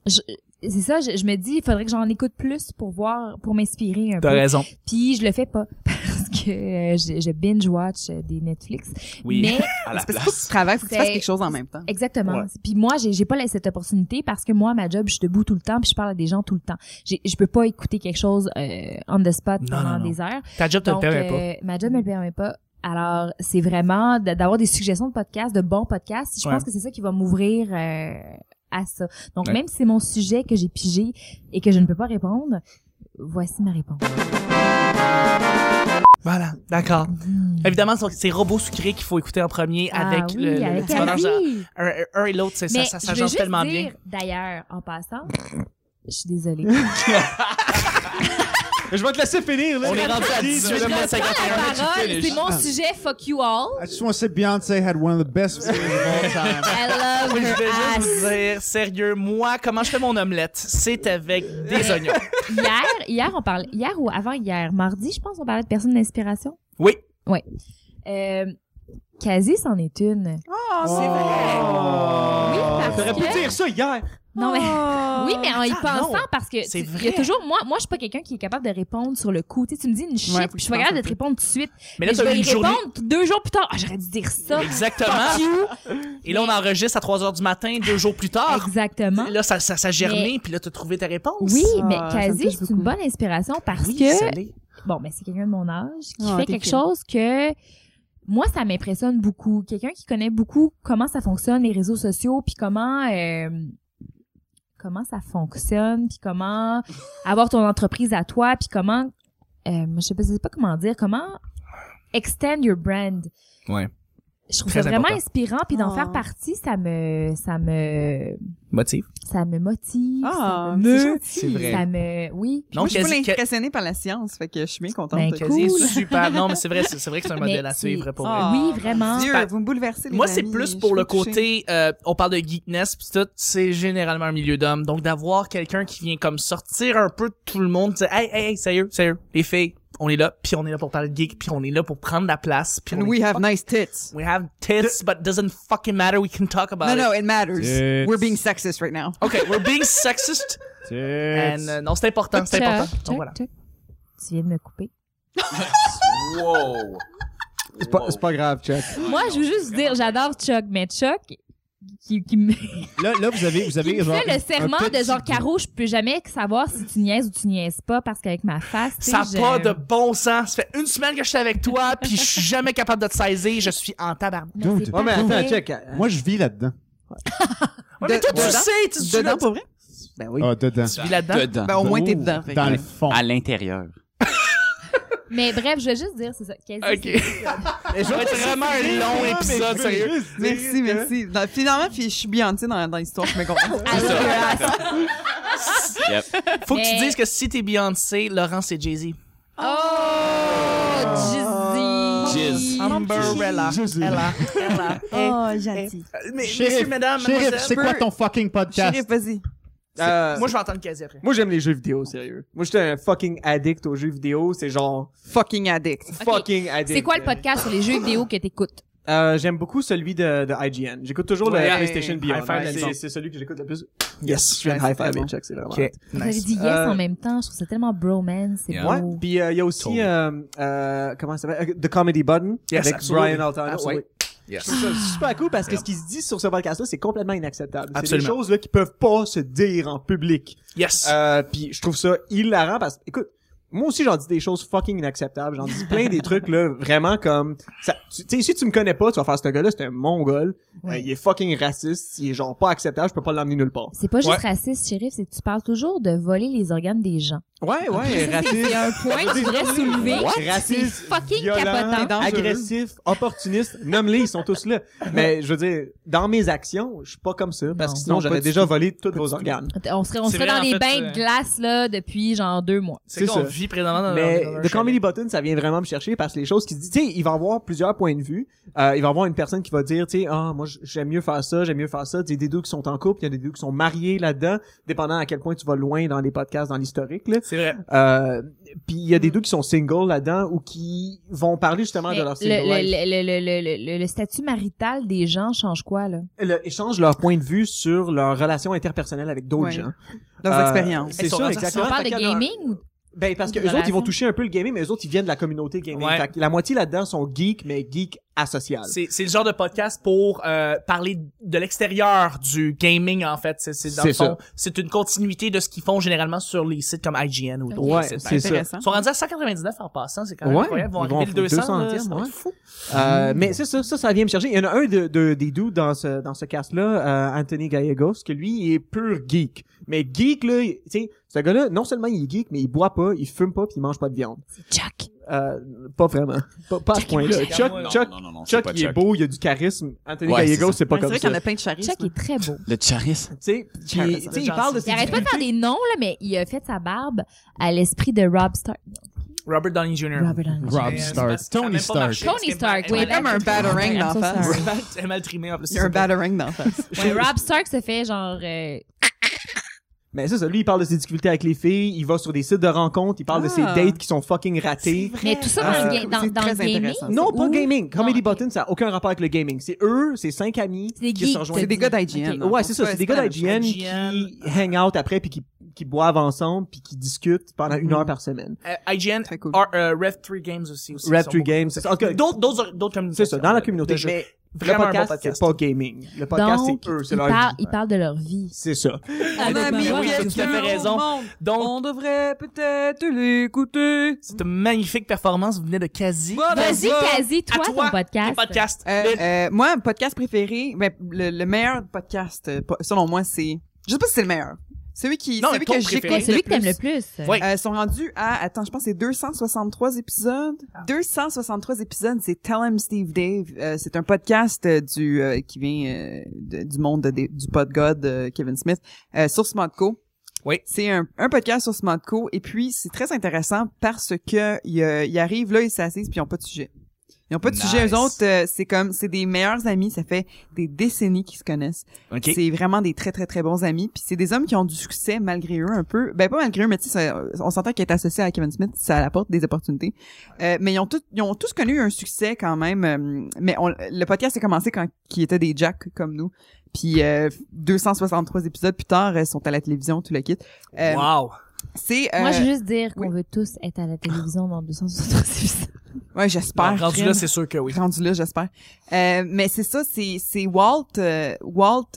C: je- c'est ça je, je me dis il faudrait que j'en écoute plus pour voir pour m'inspirer un
D: T'as
C: peu
D: raison.
C: puis je le fais pas [laughs] parce que euh, je, je binge watch des Netflix
D: Oui.
C: mais
D: À la
B: C'est parce que faut que tu
D: place.
B: travailles, faut que tu fasses
C: C'est-
B: quelque chose en même temps.
C: Exactement.
D: Ouais.
C: Puis moi, j'ai j'ai pas la- cette opportunité parce que moi, ma job, je suis debout tout le temps, puis je parle à des gens tout le temps. J'ai- Je peux pas écouter quelque chose euh, on the spot
D: Non,
C: pendant
D: non, non.
C: des heures.
D: Ta job te le
C: Donc,
D: permet pas.
C: euh, ma job me le permet pas. Alors, c'est vraiment d- d'avoir des suggestions de podcasts, de bons podcasts. Je
D: Ouais.
C: pense que c'est ça qui va m'ouvrir euh, à ça. Donc,
D: Ouais.
C: même si c'est mon sujet que j'ai pigé et que je ne peux pas répondre, voici ma réponse.
D: Voilà, d'accord. Évidemment, c'est- c'est Robot Sucré qu'il faut écouter en premier avec
C: Mm-hmm. ah, oui,
D: le, le
C: avec
D: petit bonheur.
C: Harry.
D: Un, un- un et l'autre, c'est ça,
C: Mais
D: ça
C: je veux
D: s'agence
C: juste
D: tellement
C: dire,
D: bien.
C: d'ailleurs, en passant, je suis
D: [laughs]
C: désolée.
G: Je vais te laisser finir, là.
D: On est rendu à 18
C: Je
D: minutes
C: reprends la
D: 51.
C: parole, c'est mon sujet, fuck you all.
E: I just want to say Beyonce had one of the [laughs] best series of all time.
C: I love
D: Oui, je vais
C: her
D: juste vous
C: ass.
D: dire, sérieux, moi, comment je fais mon omelette? C'est avec des oignons.
C: Hier, hier, on parlait, hier ou avant hier, mardi, je pense, on parlait de personnes d'inspiration.
D: Oui.
C: Euh, Kazi, c'en est une.
B: Ah, c'est
F: Oh.
C: Oui, parce
G: T'aurais pu
C: que-
G: dire ça hier.
C: Non, mais. [laughs] Oui, mais en y
D: Ah, non.
C: pensant, parce que
D: C'est
C: tu- il y
D: vrai.
C: a toujours, moi, moi, je suis pas quelqu'un qui est capable de répondre sur le coup. Tu, sais, tu me dis une shit,
B: Ouais, faut que
C: puis je
B: tu
C: suis pas
B: penses
C: capable de
B: un
C: te
B: peu.
C: répondre tout de suite.
D: Mais là,
C: je
D: t'as
C: vais
D: eu une
C: y
D: journée.
C: répondre deux jours plus tard. Ah, j'aurais dû dire ça. Fuck
D: Exactement.
C: you.
D: Et là, on enregistre à 3 heures du matin, deux jours plus tard.
C: Exactement.
D: Là, ça, ça, ça germé, puis là, t'as trouvé ta réponse.
C: Oui,
B: Ah,
C: mais
B: ça me
C: quasi,
B: touche
C: c'est une
B: beaucoup.
C: bonne inspiration parce
D: Ben Oui,
C: que,
D: ça l'est.
C: bon, mais c'est quelqu'un de mon âge qui
B: Ah,
C: fait
B: t'es
C: quelque
B: fine.
C: chose que, moi, ça m'impressionne beaucoup. Quelqu'un qui connaît beaucoup comment ça fonctionne, les réseaux sociaux, puis comment, euh, comment ça fonctionne, puis comment avoir ton entreprise à toi, puis comment, euh, je sais pas, je sais pas comment dire, comment extend your brand.
G: Ouais.
C: Je trouve
D: Très
C: ça vraiment
D: important.
C: inspirant, puis d'en
B: Ah.
C: faire partie, ça me, ça me,
G: Motif.
C: ça me motive,
B: Ah,
C: ça me
B: c'est
C: meut.
B: gentil.
G: C'est vrai.
C: Ça me, oui.
D: Non,
B: Moi, je suis
D: quasi-
B: pas impressionnée par la science, fait que je suis bien contente.
C: Ben,
B: de-
C: cool.
D: quasi super. Non, mais c'est vrai, c'est c'est vrai que c'est
C: [laughs]
D: un
C: Mais
D: modèle à
C: c'est-
D: suivre pour
B: Ah,
D: vrai.
C: Oui, vraiment.
B: Dieu,
D: Ben,
B: vous me bouleversez. les
D: Moi, c'est
B: amis,
D: plus
B: je
D: pour
B: suis
D: le
B: touchée.
D: côté, euh, on parle de geekness pis tout, c'est généralement un milieu d'hommes. Donc, d'avoir quelqu'un qui vient comme sortir un peu de tout le monde, dire, hey, hey, hey, sérieux, sérieux, les filles, on est là, puis on est là pour parler de geek, puis on est là pour prendre la place, puis
B: And
D: on
B: we
D: est-
B: have nice tits.
D: we have tits, but doesn't fucking matter, we can talk about
B: No,
D: it.
B: no, it matters.
E: Tits.
B: We're being sexist right now.
D: Okay, we're being sexist,
C: [laughs]
D: and, euh, non, c'est important, c'est
C: Check,
D: important.
C: check,
D: Donc, voilà.
C: check. Tu viens de me couper.
G: Wow.
E: C'est pas, c'est pas grave, Chuck.
C: Moi, je veux juste dire, j'adore Chuck, mais Chuck, qui, qui me qui
E: Là, là, vous avez, vous avez
C: me
E: genre.
C: fait
E: un
C: le serment de
E: petit-
C: genre Caro, je peux jamais savoir si tu niaises ou tu niaises pas parce qu'avec ma face, tu sais,
D: Ça n'a
C: je-
D: pas de bon sens. Ça fait une semaine que je suis avec toi, puis je
C: [laughs]
D: suis jamais capable de te saisir. Je suis en tabarnak.
C: Mais
E: Dude.
C: c'est
F: Ah,
G: Ouais, mais
C: parfait.
G: attends, check. euh,
E: Moi, je vis là-dedans.
D: Ouais, mais
B: De-
D: toi, tu
B: dedans?
D: sais, tu, tu,
B: Dedans,
D: là-
B: pour vrai?
G: Ben oui.
E: Ah, dedans.
D: tu vis là-dedans.
G: Dedans.
B: Ben, au moins, t'es
E: Oh,
B: dedans. fait
E: Dans
B: que-
E: le fond.
H: À l'intérieur.
C: Mais bref, je veux juste dire, c'est ça. Quasi,
D: Ok.
G: Mais je
D: Ça va être vraiment un long épisode, sérieux.
B: Merci, merci. Non, finalement, puis je suis Bianti dans, dans l'histoire, je me contente.
C: c'est-
D: [laughs]
H: Yep.
D: Faut que tu
C: Mais-
D: dises que si t'es Beyoncé, Laurent c'est Jay-Z.
C: Oh, Jizzy.
H: Jizz.
D: Umbrella.
E: Jay-Z.
D: Ella. Ella.
B: Oh, gentil.
D: Mais, messieurs,
E: Shérif,
D: mesdames,
E: Shérif,
D: mademoiselles,
E: c'est quoi ton fucking
B: Chérie,
E: podcast?
B: vas-y.
G: Euh,
D: Moi, je vais entendre quasi après.
G: Moi, j'aime les jeux vidéo, sérieux. Moi, j'étais un fucking addict aux jeux vidéo. C'est genre
B: Fucking addict.
G: fucking addict.
C: C'est quoi le podcast sur les jeux vidéo que t'écoutes?
F: Euh, j'aime beaucoup celui de, de IGN. J'écoute toujours
B: Ouais.
F: le PlayStation Beyond.
D: High five,
F: Ouais,
D: Nelson.
F: c'est, c'est celui que j'écoute le plus. Yes, je viens de
B: Ouais,
F: high five
B: c'est bon.
F: and check, c'est vraiment.
D: Ok.
C: Vous avez dit yes
F: Euh,
C: en même temps. Je trouve ça tellement bromance. C'est
G: Yeah.
C: beau.
F: Ouais. Puis euh, il y a aussi
G: Totally.
F: euh, euh, comment ça s'appelle Euh, The Comedy Button
D: Yes,
F: avec
D: absolument.
F: Brian Altano.
D: Absolument.
F: Ouais.
G: Yes.
F: Je trouve ça super cool parce que
G: Yep.
F: ce qui se dit sur ce podcast-là, c'est complètement inacceptable. C'est des
D: Absolument.
F: choses là qui peuvent pas se dire en public.
D: Yes.
F: Euh, puis je trouve ça hilarant parce que, écoute, moi aussi j'en dis des choses fucking inacceptables. J'en dis plein des trucs là, vraiment comme, ça- tu tu sais, si tu me connais pas, tu vas faire ce gars-là, c'est un mongol.
C: Ouais.
F: Euh, il est fucking raciste, il est genre pas acceptable, je peux pas l'emmener nulle part.
C: C'est pas juste
D: Ouais.
C: raciste, shérif, c'est que tu parles toujours de voler les organes des gens.
F: Ouais,
C: Ça,
F: ouais,
C: [laughs] c'est-
F: raciste.
C: C'est un point que je [laughs] voudrais soulever. C'est
F: Raciste,
C: fucking
F: violent,
C: capotant.
F: agressif, opportuniste, nomme-les, ils sont tous là. Mais je veux dire, dans mes actions, je suis pas comme ça parce
C: Non.
F: que sinon
B: Non, pas
F: j'aurais
B: du
F: déjà
B: tout.
F: volé tous vos organes.
C: On serait, on
G: C'est
C: serait
G: vrai,
C: dans
G: en
C: les
G: fait,
C: bains
G: euh,
C: de glace, là, depuis genre deux mois.
D: c'est
F: c'est
D: qu'on
F: ça.
D: vit présentement
C: Ah,
D: dans
F: Mais
D: dans- dans-
F: The Comedy Button, ça vient vraiment me chercher parce que les choses qui se disent, tu sais, il va avoir plusieurs points de vue. Euh, il va avoir une personne qui va dire, tu sais, ah, moi, j- j'aime mieux faire ça, j'aime mieux faire ça. Tu sais, des deux qui sont en couple, il y a des deux qui sont mariés là-dedans, dépendant à quel point tu vas loin dans les podcasts, dans l'historique, là.
D: C'est vrai.
F: Euh, puis il y a des deux qui sont singles là-dedans ou qui vont parler justement
C: Mm. Mais
F: Ah, de leur
C: le,
F: single life.
C: le, le, le, le, le- le statut marital des gens change quoi, là?
F: Le- échangent leur point de vue sur leur relation interpersonnelle avec d'autres
B: Ouais.
F: gens.
B: Leurs
F: Euh,
B: expériences.
F: C'est
D: Ils sont
F: ça,
D: dans-
F: exactement.
C: On parle
F: Ah, Fait
C: de
F: qu'il y a leur-
C: gaming ou
F: Ben parce que
C: Une
F: eux autres ils vont
C: relation.
F: toucher un peu le gaming mais eux autres ils viennent de la communauté gaming.
D: Ouais.
F: Fait que la moitié là-dedans sont geeks mais geeks asocial.
D: C'est c'est le genre de podcast pour euh, parler de l'extérieur du gaming en fait. C'est c'est dans le
F: C'est
D: fond, c'est une continuité de ce qu'ils font généralement sur les sites comme IGN ou d'autres
F: Ouais,
D: sites. Ben,
F: c'est ça.
B: intéressant.
D: Ils sont rendus à 199 en passant, c'est quand même
F: Ouais,
D: incroyable. Ils vont
F: ils vont
D: arriver le
F: au
D: 200, là,
F: 200e,
D: ça va être
F: ouais.
D: fou.
F: Euh, mais c'est ça, ça, ça vient me chercher. Il y en a un de, de- des dudes dans ce, dans ce cast-là, euh, Anthony Gallegos, que lui, il est pur geek. Mais geek, là, il- tu sais, ce gars-là, non seulement il est geek, mais il boit pas, il fume pas, puis il mange pas de viande.
C: c'est Chuck?
F: Euh, pas vraiment. Pas, pas à ce point-là. Chuck,
G: Non,
F: Chuck,
G: non, non, non, c'est
F: Chuck,
G: pas
F: il est beau, il a du charisme. Anthony
G: Ouais, c'est
F: Gallegos,
G: ça.
F: c'est pas
B: Ouais, C'est
F: comme
B: vrai
F: ça.
B: qu'il y en a plein de charisme.
C: Chuck est très beau.
F: [laughs]
G: Le charisme.
F: Tu sais, puis-
B: Charisme.
F: tu sais, il parle de
C: Il arrête pas de faire des noms, là, mais il a fait sa barbe à l'esprit de Rob Stark.
D: Robert Downey Jr.
C: Robert Downey Jr.
D: Mais,
G: Rob
D: euh, c'est
G: Stark.
D: parce que ça a même
G: Tony
D: pas
G: Stark.
D: marché, parce
C: Tony
D: qu'elle-
C: Stark,
D: elle-
C: oui.
B: Il y a
D: elle-
B: comme un
D: elle-
B: batarang
C: I'm
B: d'en
C: so
B: face.
C: sorry.
D: Elle est mal trimée en plus.
B: Il y a un batarang d'en face.
C: Ouais, Rob Stark se fait genre... euh,
F: Mais c'est ça, lui, il parle de ses difficultés avec les filles, il va sur des sites de rencontres, il parle de ses
B: Ah.
F: dates qui sont fucking ratées.
C: Mais tout ça
F: Ah,
C: dans le,
B: c'est
C: ga- dans,
B: très
C: dans le gaming.
B: intéressant.
F: Non,
C: c'est
F: pas
C: où?
F: gaming. Comedy
C: Non, ok.
F: Button, ça n'a aucun rapport avec le gaming. C'est eux, c'est cinq amis
C: C'est des
F: qui
C: geeks,
F: se rejoignent.
B: C'est des gars d'IGN.
C: Ok.
B: dans le
F: Ouais,
B: fond.
F: c'est ça. C'est des
B: pas
F: gars
B: la même
F: d'IGN
B: chose.
F: qui hang out après puis qui, qui boivent ensemble puis qui discutent pendant une heure par semaine.
D: Euh, IGN,
B: Très cool.
D: or, euh, Rev3 Games aussi. aussi
F: Rap
D: sont
F: 3
D: beaucoup-
F: Games. c'est- en tout cas,
D: D'autres, d'autres, d'autres
F: C'est
D: communautés.
F: ça, dans la communauté.
D: de jeux.
F: Mais le
D: Vraiment un bon
F: podcast,
D: podcast.
F: c'est pas gaming. Le podcast,
C: Donc,
F: c'est eux, c'est
C: ils
F: leur
C: parlent-
F: vie. Ah,
C: ils parlent de leur vie.
F: C'est ça.
B: On a mis
C: Ouais,
D: t'as tout à fait
B: quelqu'un
D: raison.
B: au monde.
D: Donc,
B: On devrait peut-être l'écouter.
D: cette magnifique performance venait de Kazi.
B: Voilà.
C: Vas-y,
B: ça.
C: Kazi, toi,
D: Ah, ben à toi,
C: ton podcast.
D: Ton podcast.
B: Euh,
D: Mais-
B: euh, moi, mon podcast préféré, ben, le, le meilleur podcast, euh, po- selon moi, c'est... Je sais pas si c'est le meilleur. Celui qui,
D: Non,
B: celui
D: ton
B: que
D: préféré.
B: j'écoute
C: Ouais, celui que t'aimes le
B: plus.
C: plus.
D: Ouais.
B: Euh, sont rendus à, attends, je pense que c'est 263 épisodes. 263 épisodes, c'est Tell 'em Steve Dave. Euh, c'est un podcast euh, du euh, qui vient euh, de- du monde de- du pod god euh, Kevin Smith euh, sur Smodco.
D: Oui.
B: C'est un, un podcast sur Smodco et puis c'est très intéressant parce que il, euh, il arrive là, ils s'assise puis ils ont pas de sujet. Ils ont pas de
G: Nice.
B: sujet. Eux autres, euh, c'est comme c'est des meilleurs amis. Ça fait des décennies qu'ils se connaissent.
G: OK.
B: C'est vraiment des très, très, très bons amis. Puis c'est des hommes qui ont du succès malgré eux un peu. Ben, pas malgré eux, mais tu sais, ça- on s'entend qu'être associé à Kevin Smith, ça apporte des opportunités. Euh, mais ils ont, tous ils ont tous connu un succès quand même. euh, Mais on- le podcast a commencé quand ils étaient des jacks comme nous. Puis euh, 263 épisodes plus tard, ils sont à la télévision, tout le kit. Euh,
D: wow.
B: C'est...
C: Moi,
B: euh,
C: je veux juste dire qu'on
B: oui.
C: veut tous être à la télévision dans 263 épisodes.
B: ouais,
D: Bon,
B: j'espère.
D: rendu là,
B: Fred.
D: c'est sûr que oui.
B: rendu là, j'espère. Euh, mais c'est ça, c'est c'est Walt, euh, Walt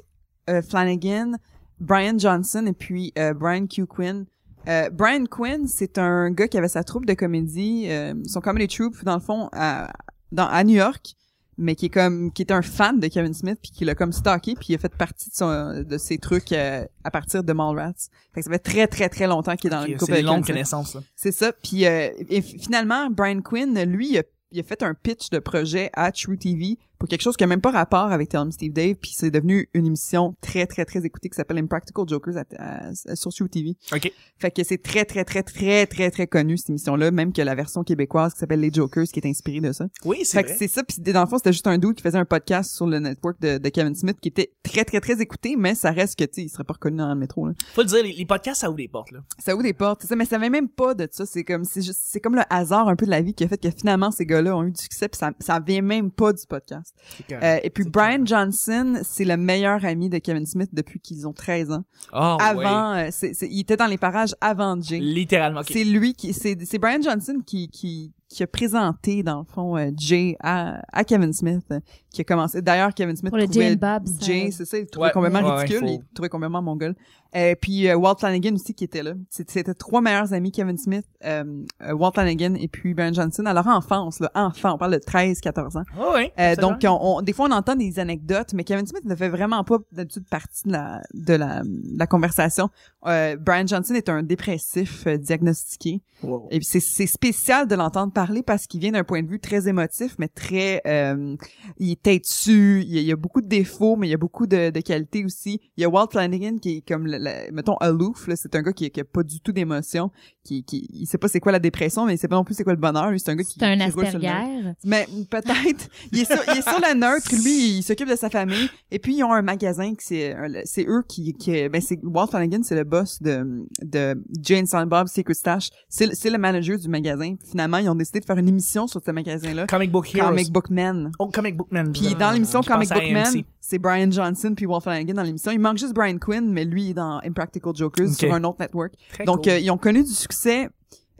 B: euh, Flanagan, Brian Johnson et puis euh, Brian Q Quinn. Euh, Brian Quinn, c'est un gars qui avait sa troupe de comédie, euh, son comedy troupe dans le fond à, dans, à New York, mais qui est comme qui est un fan de Kevin Smith puis qui l'a comme stalké puis il a fait partie de son de ses trucs euh, à partir de Mallrats. Fait que ça fait très très très longtemps qu'il est dans le couple
D: C'est
B: de
D: une longue
B: Kevin Smith.
D: connaissance, là.
B: C'est ça. Puis euh, et f- finalement, Brian Quinn, lui, il a, il a fait un pitch de projet à True TV pour quelque chose qui a même pas rapport avec Tell 'em Steve Dave. Puis c'est devenu une émission très, très, très écoutée qui s'appelle Impractical Jokers à- à- sur True TV.
D: OK.
B: Fait que c'est très, très, très, très, très, très connu, cette émission-là, même que la version québécoise qui s'appelle Les Jokers qui est inspirée de ça.
D: Oui, c'est
B: Fait que
D: vrai.
B: c'est ça. Puis dans le fond, c'était juste un dude qui faisait un podcast sur le network de, de Kevin Smith qui était très, très, très écouté, mais ça reste que, tu sais, il serait pas reconnu dans le métro, là
D: Faut le dire, les, les podcasts, ça ouvre des portes, là.
B: ça ouvre des portes, c'est ça, mais ça savait même pas de ça. C'est comme, c'est juste, c'est comme le hasard un peu de la vie qui a fait que finalement ces gars-là ont eu du succès, puis ça, ça vient même pas du podcast. Euh, et puis Brian Johnson, c'est le meilleur ami de Kevin Smith depuis qu'ils ont 13 ans.
D: Oh, ouais.
B: avant, euh, c'est- c'est- il était dans les parages avant Jay.
D: Ah, Littéralement. ok.
B: C'est lui qui, c'est c'est Brian Johnson qui, qui qui a présenté dans le fond euh, Jay à, à Kevin Smith, euh, qui a commencé. D'ailleurs, Kevin Smith
C: Pour le
B: trouvait
C: Jay and euh, Bob, ça-
B: Jay, c'est ça, il le trouvait
D: Ouais,
B: complètement
D: ouais, ouais,
B: ridicule,
D: faut-
B: il le trouvait complètement mongol. Et puis euh, Walt Flanagan aussi qui était là. C'est- C'était trois meilleurs amis, Kevin Smith, euh, euh, Walt Flanagan et puis Brian Johnson. À leur enfance, là, enfant, on parle de 13-14 ans.
D: Ouais, ouais,
B: Euh,
D: Ah c'est
B: donc,
D: vrai.
B: on, on- des fois, on entend des anecdotes, mais Kevin Smith ne fait vraiment pas d'habitude partie de la, de la, de la conversation. Euh, Brian Johnson est un dépressif euh, diagnostiqué.
F: Wow.
B: Et puis, c'est- c'est spécial de l'entendre parler parce qu'il vient d'un point de vue très émotif, mais très... euh, il est têtu, il y, a, il y a beaucoup de défauts, mais il y a beaucoup de, de qualités aussi. Il y a Walt Flanagan qui est comme, le- le- mettons, aloof. là. C'est un gars qui, qui a pas du tout d'émotion, qui, qui il sait pas c'est quoi la dépression, mais il sait pas non plus c'est quoi le bonheur. Lui, C'est un gars qui...
C: C'est un
B: qui roule sur le nerf.
C: Asperger.
B: Mais peut-être. [laughs] Il est sur, il est sur la neutre. Lui, il s'occupe de sa famille. Et puis, ils ont un magasin que c'est, un- c'est eux qui, qui, ben, c'est, Walt Flanagan, c'est le boss de, de Jane Silent Bob Secret Stash. C'est, le- c'est le manager du magasin. Finalement, ils ont décidé de faire une émission sur ce magasin-là.
D: Comic Book Heroes.
B: Comic Book Man.
D: Oh, Comic Book Man.
B: Puis dans l'émission
D: Je pense
B: Comic
D: à
B: Book Man,
D: AMC.
B: c'est Brian Johnson puis Walt Flanagan dans l'émission. Il manque juste Brian Quinn, mais lui il est dans Impractical Jokers
D: Ok.
B: sur un autre network.
D: Très
B: Donc
D: cool.
B: euh, ils ont connu du succès.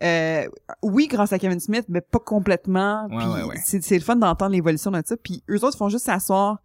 B: euh, oui, grâce à Kevin Smith, mais pas complètement.
G: Ouais,
B: Puis
G: ouais, ouais.
B: C'est, c'est le fun d'entendre l'évolution de ça. Puis eux autres font juste s'asseoir,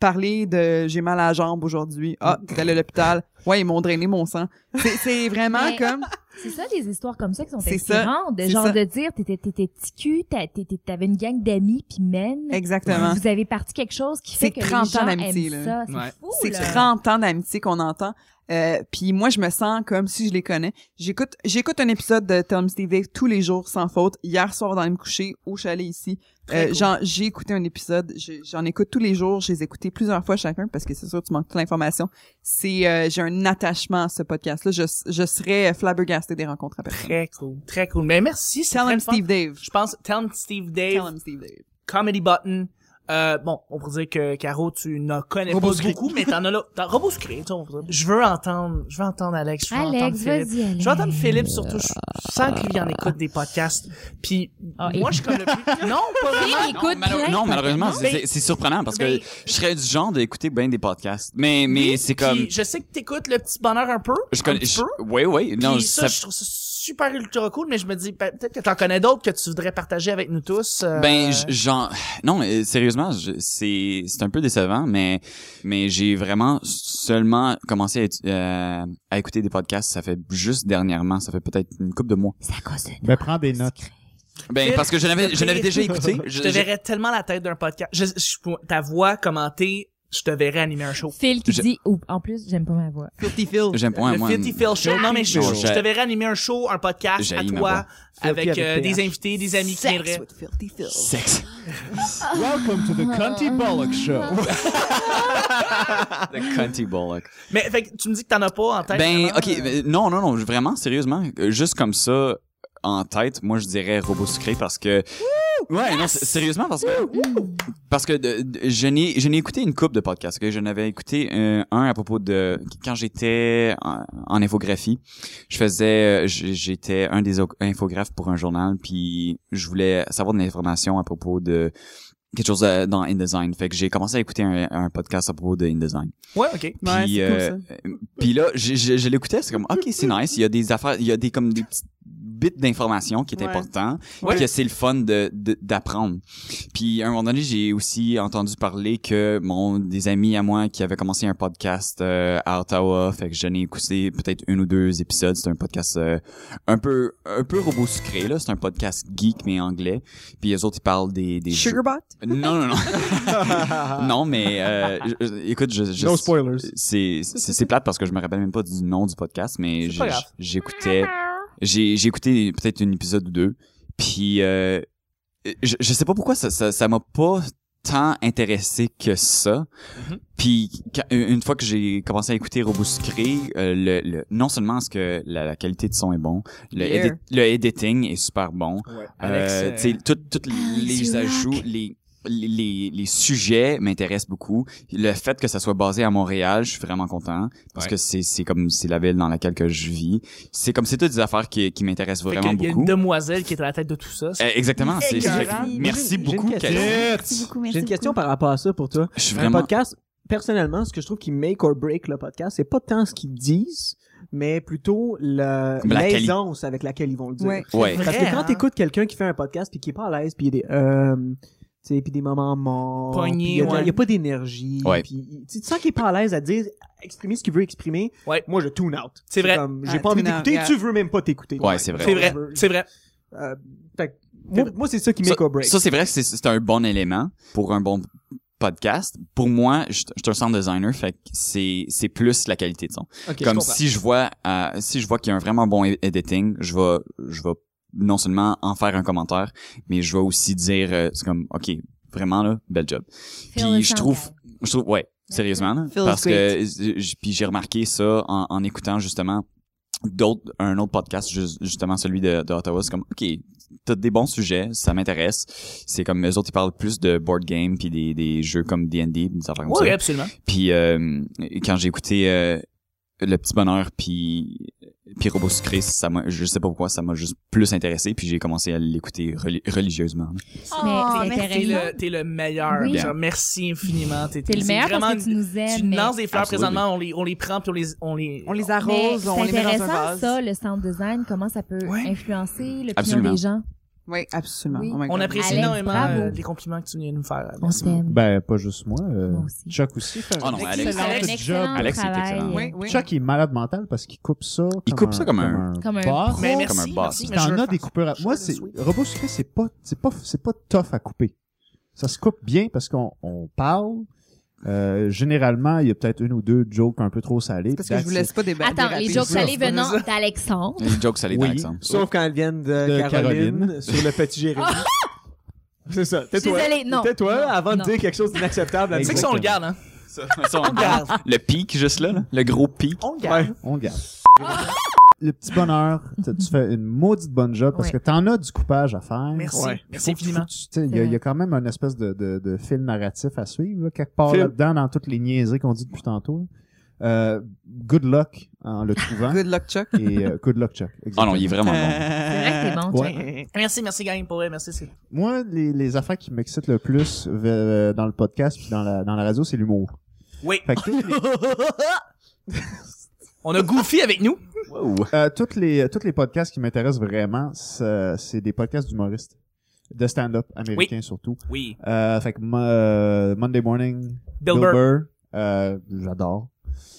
B: parler de j'ai mal à la jambe aujourd'hui. Ah, t'es allé à l'hôpital. Ouais, ils m'ont drainé mon sang. C'est, c'est vraiment
C: Mais-
B: comme
C: C'est ça, des histoires comme ça qui sont
B: C'est ça.
C: inspirantes. De
B: C'est
C: genre
B: ça.
C: de dire, t'étais, t'étais petit cul, t'as- t'étais- t'avais une gang d'amis, puis mène.
B: exactement.
C: Vous avez parti quelque chose qui
B: C'est
C: fait que
B: 30 ans
C: les gens
B: d'amitié, là.
C: aiment ça. C'est
G: Ouais.
C: fou,
B: C'est
C: là.
B: 30 ans d'amitié qu'on entend. Euh, puis moi, je me sens comme si je les connais. J'écoute, j'écoute un épisode de Tell Me Steve Dave tous les jours sans faute. Hier soir, dans le me coucher, au chalet ici,
D: Très
B: euh,
D: cool.
B: j'en- j'ai écouté un épisode. Je- J'en écoute tous les jours. Je les ai écoutés plusieurs fois chacun parce que c'est sûr, tu manques toute l'information. C'est, euh, j'ai un attachement à ce podcast-là. Je, je serais flabbergastée des rencontres à personne.
D: Très cool. Très cool. Mais merci. c'est
B: Tell
D: très
B: him
D: le fun.
B: Steve Dave.
D: Je pense, Tell 'em Steve Dave,
B: Tell him Steve Dave.
D: Comedy Button. Euh, bon, on pourrait dire que Caro, tu ne connais
B: Robot
D: pas
B: sucré.
D: beaucoup, mais t'en as là. T'as robot sucré, tu sais, on pourrait dire. Je veux entendre, je veux entendre Alex, je veux entendre
C: Alex,
D: Philippe.
C: vas-y, Alex.
D: Je veux entendre Philippe surtout. Je sens qu'il en écoute des podcasts. Puis
C: Ah,
D: moi,
C: et-
D: je
B: [laughs]
D: suis comme le plus. Non, pas
C: Phil,
D: vraiment.
C: il écoute
G: malheure-
C: plein de
G: non,
C: podcasts.
G: malheureusement, c'est-
D: Mais-
G: c'est c'est surprenant parce que
D: mais-
G: je serais du genre d'écouter bien des podcasts. Mais, mais
D: Oui,
G: c'est
D: puis
G: comme.
D: Je sais que t'écoutes le petit bonheur un peu.
G: Je connais.
D: Un petit
G: je-
D: peu.
G: Oui, oui. Non,
D: Puis ça,
G: ça-
D: je trouve ça super ultra cool, mais je me dis ben, peut-être que t'en connais d'autres que tu voudrais partager avec nous tous. euh,
G: Ben, j- j'en, non, mais sérieusement, je- c'est, c'est un peu décevant, mais, mais j'ai vraiment seulement commencé à, étu- euh, à écouter des podcasts. Ça fait juste dernièrement, ça fait peut-être une couple de mois.
C: C'est à cause de
E: Ben, prends des notes.
G: Ben,
D: Phil,
G: parce que je l'avais,
D: te
G: je l'avais
D: verrais-
G: déjà écouté.
D: je te verrais tellement la tête d'un podcast. Je, je- ta voix commentée, je te verrais animer un show.
C: Phil qui
G: Je-
C: dit, ou en plus, j'aime pas ma voix.
B: Filthy Phil.
G: J'aime pas
D: le
G: moi.
D: 50 Phil Show. Non, mais je,
G: Non,
D: je te verrais animer un show, un podcast à
G: J'haïs ma
D: toi,
G: voix.
D: avec,
F: Filthy
D: euh,
F: avec
D: des
F: PH.
D: invités, des amis qui
B: Sex
D: viendraient.
B: with Filthy Phil.
G: Sexe.
E: Welcome to the Conti Bullock Show.
G: The Cunty Bullock.
D: Mais fait, que tu me dis que t'en as pas en tête.
G: Ben,
D: vraiment,
G: ok,
D: euh,
G: ben, non, non, non, vraiment, sérieusement, euh, juste comme ça, en tête, moi, je dirais robot sucré parce que. ouais, non, s- sérieusement, parce que. Parce que de- de- je n'ai je n'ai écouté une coupe de podcasts. ok? Je n'avais écouté euh, un à propos de quand j'étais en, en infographie. Je faisais, euh, j- j'étais un des o- infographes pour un journal, puis je voulais savoir de l'information à propos de quelque chose euh, dans InDesign. Fait que j'ai commencé à écouter un, un podcast à propos de InDesign.
D: Ouais, ok.
B: Ouais,
G: Puis,
B: c'est cool,
G: euh,
B: ça.
G: [laughs] Puis là, je, je, je l'écoutais, c'est comme ok, c'est nice. Il y a des affaires, il y a des comme des petites bits d'information qui est
B: Ouais.
G: important,
D: Ouais.
G: puis que c'est le fun de de- d'apprendre. Puis à un moment donné, j'ai aussi entendu parler que mon des amis à moi qui avaient commencé un podcast euh, à Ottawa, fait que j'en ai écouté peut-être une ou deux épisodes. C'est un podcast euh, un peu un peu robot sucré là. C'est un podcast geek mais anglais. Puis les autres ils parlent des des jeux.
B: Sugarbot. [laughs]
G: Non non [laughs] non non mais euh, je- je- écoute je, je
E: No spoilers.
G: c'est c'est c'est plate parce que je me rappelle même pas du nom du podcast mais
D: C'est pas
G: j'ai-
D: grave.
G: j'écoutais j'ai j'ai écouté peut-être un épisode ou deux puis euh, je, je sais pas pourquoi ça ça ça m'a pas tant intéressé que ça.
D: Mhm.
G: Puis quand- une fois que j'ai commencé à écouter Robot Sucré, euh, le, le- non seulement est-ce que la, la qualité de son est bon, le,
B: Yeah.
G: edit- le editing est super bon.
F: Ouais.
G: Euh,
D: Alex, euh,
G: tu sais, tout- toutes les
C: Alex,
G: ajouts,
C: rock.
G: les les, les, les sujets m'intéressent beaucoup. Le fait que ça soit basé à Montréal, je suis vraiment content parce
D: Ouais.
G: que c'est c'est comme c'est la ville dans laquelle que je vis. C'est comme c'est toutes des affaires qui qui m'intéressent
D: Fait
G: vraiment
D: qu'il y a
G: beaucoup.
D: une demoiselle qui est à la tête de tout ça.
G: Euh, exactement, c'est
D: Écœurant.
G: c'est-
F: J'ai- j'ai
G: merci
F: une
G: beaucoup.
F: question.
G: Catherine.
E: Shit!
H: beaucoup, merci
F: J'ai une question
H: beaucoup.
F: par rapport à ça pour toi.
G: Je suis
F: Un
G: vraiment
F: podcast, personnellement, ce que je trouve qui make or break le podcast, c'est pas tant ce qu'ils disent, mais plutôt le-
G: Comme la quali-
F: l'aisance avec laquelle ils vont le dire.
B: Ouais.
G: ouais.
F: Parce
D: Vrai,
F: que quand
D: hein?
F: t'écoutes quelqu'un qui fait un podcast puis qui est pas à l'aise puis il y a des euh, tu sais puis des moments morts,
D: Pogné,
F: puis il y a de-
D: ouais.
F: il y a pas d'énergie,
G: Ouais.
F: puis il- tu tu sens qu'il est pas à l'aise à dire exprimer ce qu'il veut exprimer.
D: Ouais.
F: Moi je tune out.
D: C'est vrai.
F: comme, J'ai
B: Ah,
F: pas envie
B: tune out,
F: d'écouter,
B: yeah.
F: tu veux même pas t'écouter.
G: Ouais, c'est vrai.
D: C'est vrai,
F: Je veux-
D: c'est vrai.
F: euh, fait que moi, moi, c'est ça qui
G: Ça,
F: make or break.
G: ça, c'est vrai que c'est- c'est un bon élément pour un bon podcast. Pour moi, je, je suis un sound designer, fait que c'est c'est plus la qualité de son.
F: Ok,
G: Comme
F: je comprends.
G: si je vois euh, si je vois qu'il y a un vraiment bon e- editing, je vais je vais non seulement en faire un commentaire, mais je vais aussi dire euh, c'est comme OK, vraiment là, bel job.
C: Feel
G: Puis
C: the
G: je
C: sound
G: trouve
C: guy.
G: je trouve ouais, sérieusement là,
B: Feels
G: parce que j- puis j'ai remarqué ça en, en écoutant justement d'autres un autre podcast ju- justement celui de, de Ottawa c'est comme OK, t'as des bons sujets, ça m'intéresse. C'est comme eux autres ils parlent plus de board game puis des, des jeux comme D&D, des affaires comme
D: Oui,
G: ça.
D: oui, absolument.
G: Puis euh, quand j'ai écouté euh, Le Petit Bonheur puis puis Robot Sucré, ça m'a je sais pas pourquoi, ça m'a juste plus intéressé puis j'ai commencé à l'écouter reli- religieusement.
H: Oh,
C: Mais c'est
H: merci.
D: T'es
C: intéressant.
D: le, t'es le meilleur.
C: Oui.
D: Genre, merci infiniment. T'es,
C: T'es le
D: c'est
C: meilleur
D: vraiment
C: parce que tu nous aimes.
D: Tu
C: mais-
D: lances des fleurs
G: Absolument.
D: présentement, on les, on les prend puis on les, on les,
B: On les
C: Mais
B: arrose,
C: c'est
B: on les met dans un
C: intéressant
B: vase.
C: ça, le sound design, comment ça peut
D: Ouais.
C: influencer l'opinion
G: Absolument.
C: des gens.
B: Oui, absolument.
C: Oui.
B: Oh my
D: on
B: God.
D: apprécie
C: Alex,
D: énormément
C: bravo.
D: euh, les compliments que tu viens de nous faire.
C: On
D: Merci.
C: t'aime.
E: Ben, pas juste moi. euh,
C: Moi aussi.
E: Chuck aussi fait
G: Ah non,
E: un
G: Alex,
E: excellent
D: c'est un
E: job.
C: excellent
G: Alex, c'est
C: travail.
G: excellent.
B: Oui, oui.
E: Chuck, il est malade mental parce qu'il coupe ça.
G: Il coupe ça comme un-
C: Comme un
E: boss.
D: Mais
G: Comme un
D: Ben, merci,
G: boss.
D: merci. mais je
E: T'en
D: veux
E: as
D: faire
E: des
D: ça.
E: coupeurs. à-
D: Je
E: Moi,
D: veux
E: c'est,
D: sweet.
E: robot sucré, c'est pas, c'est pas, c'est pas tough à couper. Ça se coupe bien parce qu'on, on parle. Euh, généralement, il y a peut-être une ou deux jokes un peu trop salées.
B: Parce que
E: puis
B: je vous
E: that's
B: laisse pas débattre.
C: Attends, les jokes salés venant d'Alexandre.
G: Les jokes ça les
E: Oui.
G: exemple. [laughs]
F: Sauf quand elles viennent de,
E: De
F: Caroline,
E: Caroline.
F: sur le petit Jérémy.
D: Ah!
F: c'est ça. Tais-toi.
C: désolée, non.
F: Tais-toi
C: Non,
F: avant
C: non.
F: de dire quelque chose d'inacceptable. à
D: Tu sais que
E: Exact.
D: ça, on le garde, hein?
G: le pic juste là, là, le gros pic.
D: On le
F: nous.
D: garde.
F: Ouais.
E: it. On le garde. Le petit bonheur, t- tu fais une maudite bonne job parce
C: Ouais.
E: que t'en as du coupage à faire.
D: Merci.
F: Ouais.
D: Merci
E: Faut que tu-
D: infiniment.
E: tu- tu sais, Il y, a- il y a quand même une espèce de, de, de fil narratif à suivre, là, quelque part
F: Fil.
E: là-dedans, dans toutes les niaiseries qu'on dit depuis tantôt. Euh, good luck en le trouvant.
B: Good luck, Chuck.
E: et euh, good luck, Chuck.
G: Ah non, il est vraiment bon.
C: C'est vrai que t'es bon,
E: [laughs] Ouais.
C: Chuck.
D: Merci, merci, gang, pour vrai. Merci, c'est
E: Moi, les, les affaires qui m'excitent le plus euh, dans le podcast puis dans la, dans la radio, c'est l'humour.
D: Oui.
E: Fait que toutes les,
D: [laughs] On a Goofy avec nous.
E: euh, toutes les, toutes les podcasts qui m'intéressent vraiment, ça- c'est des podcasts d'humoristes. De stand-up américain surtout.
D: Oui.
E: Euh, fait que mo- euh, Monday Morning,
D: Bill,
E: Bill
D: Burr.
E: Burr, euh, j'adore.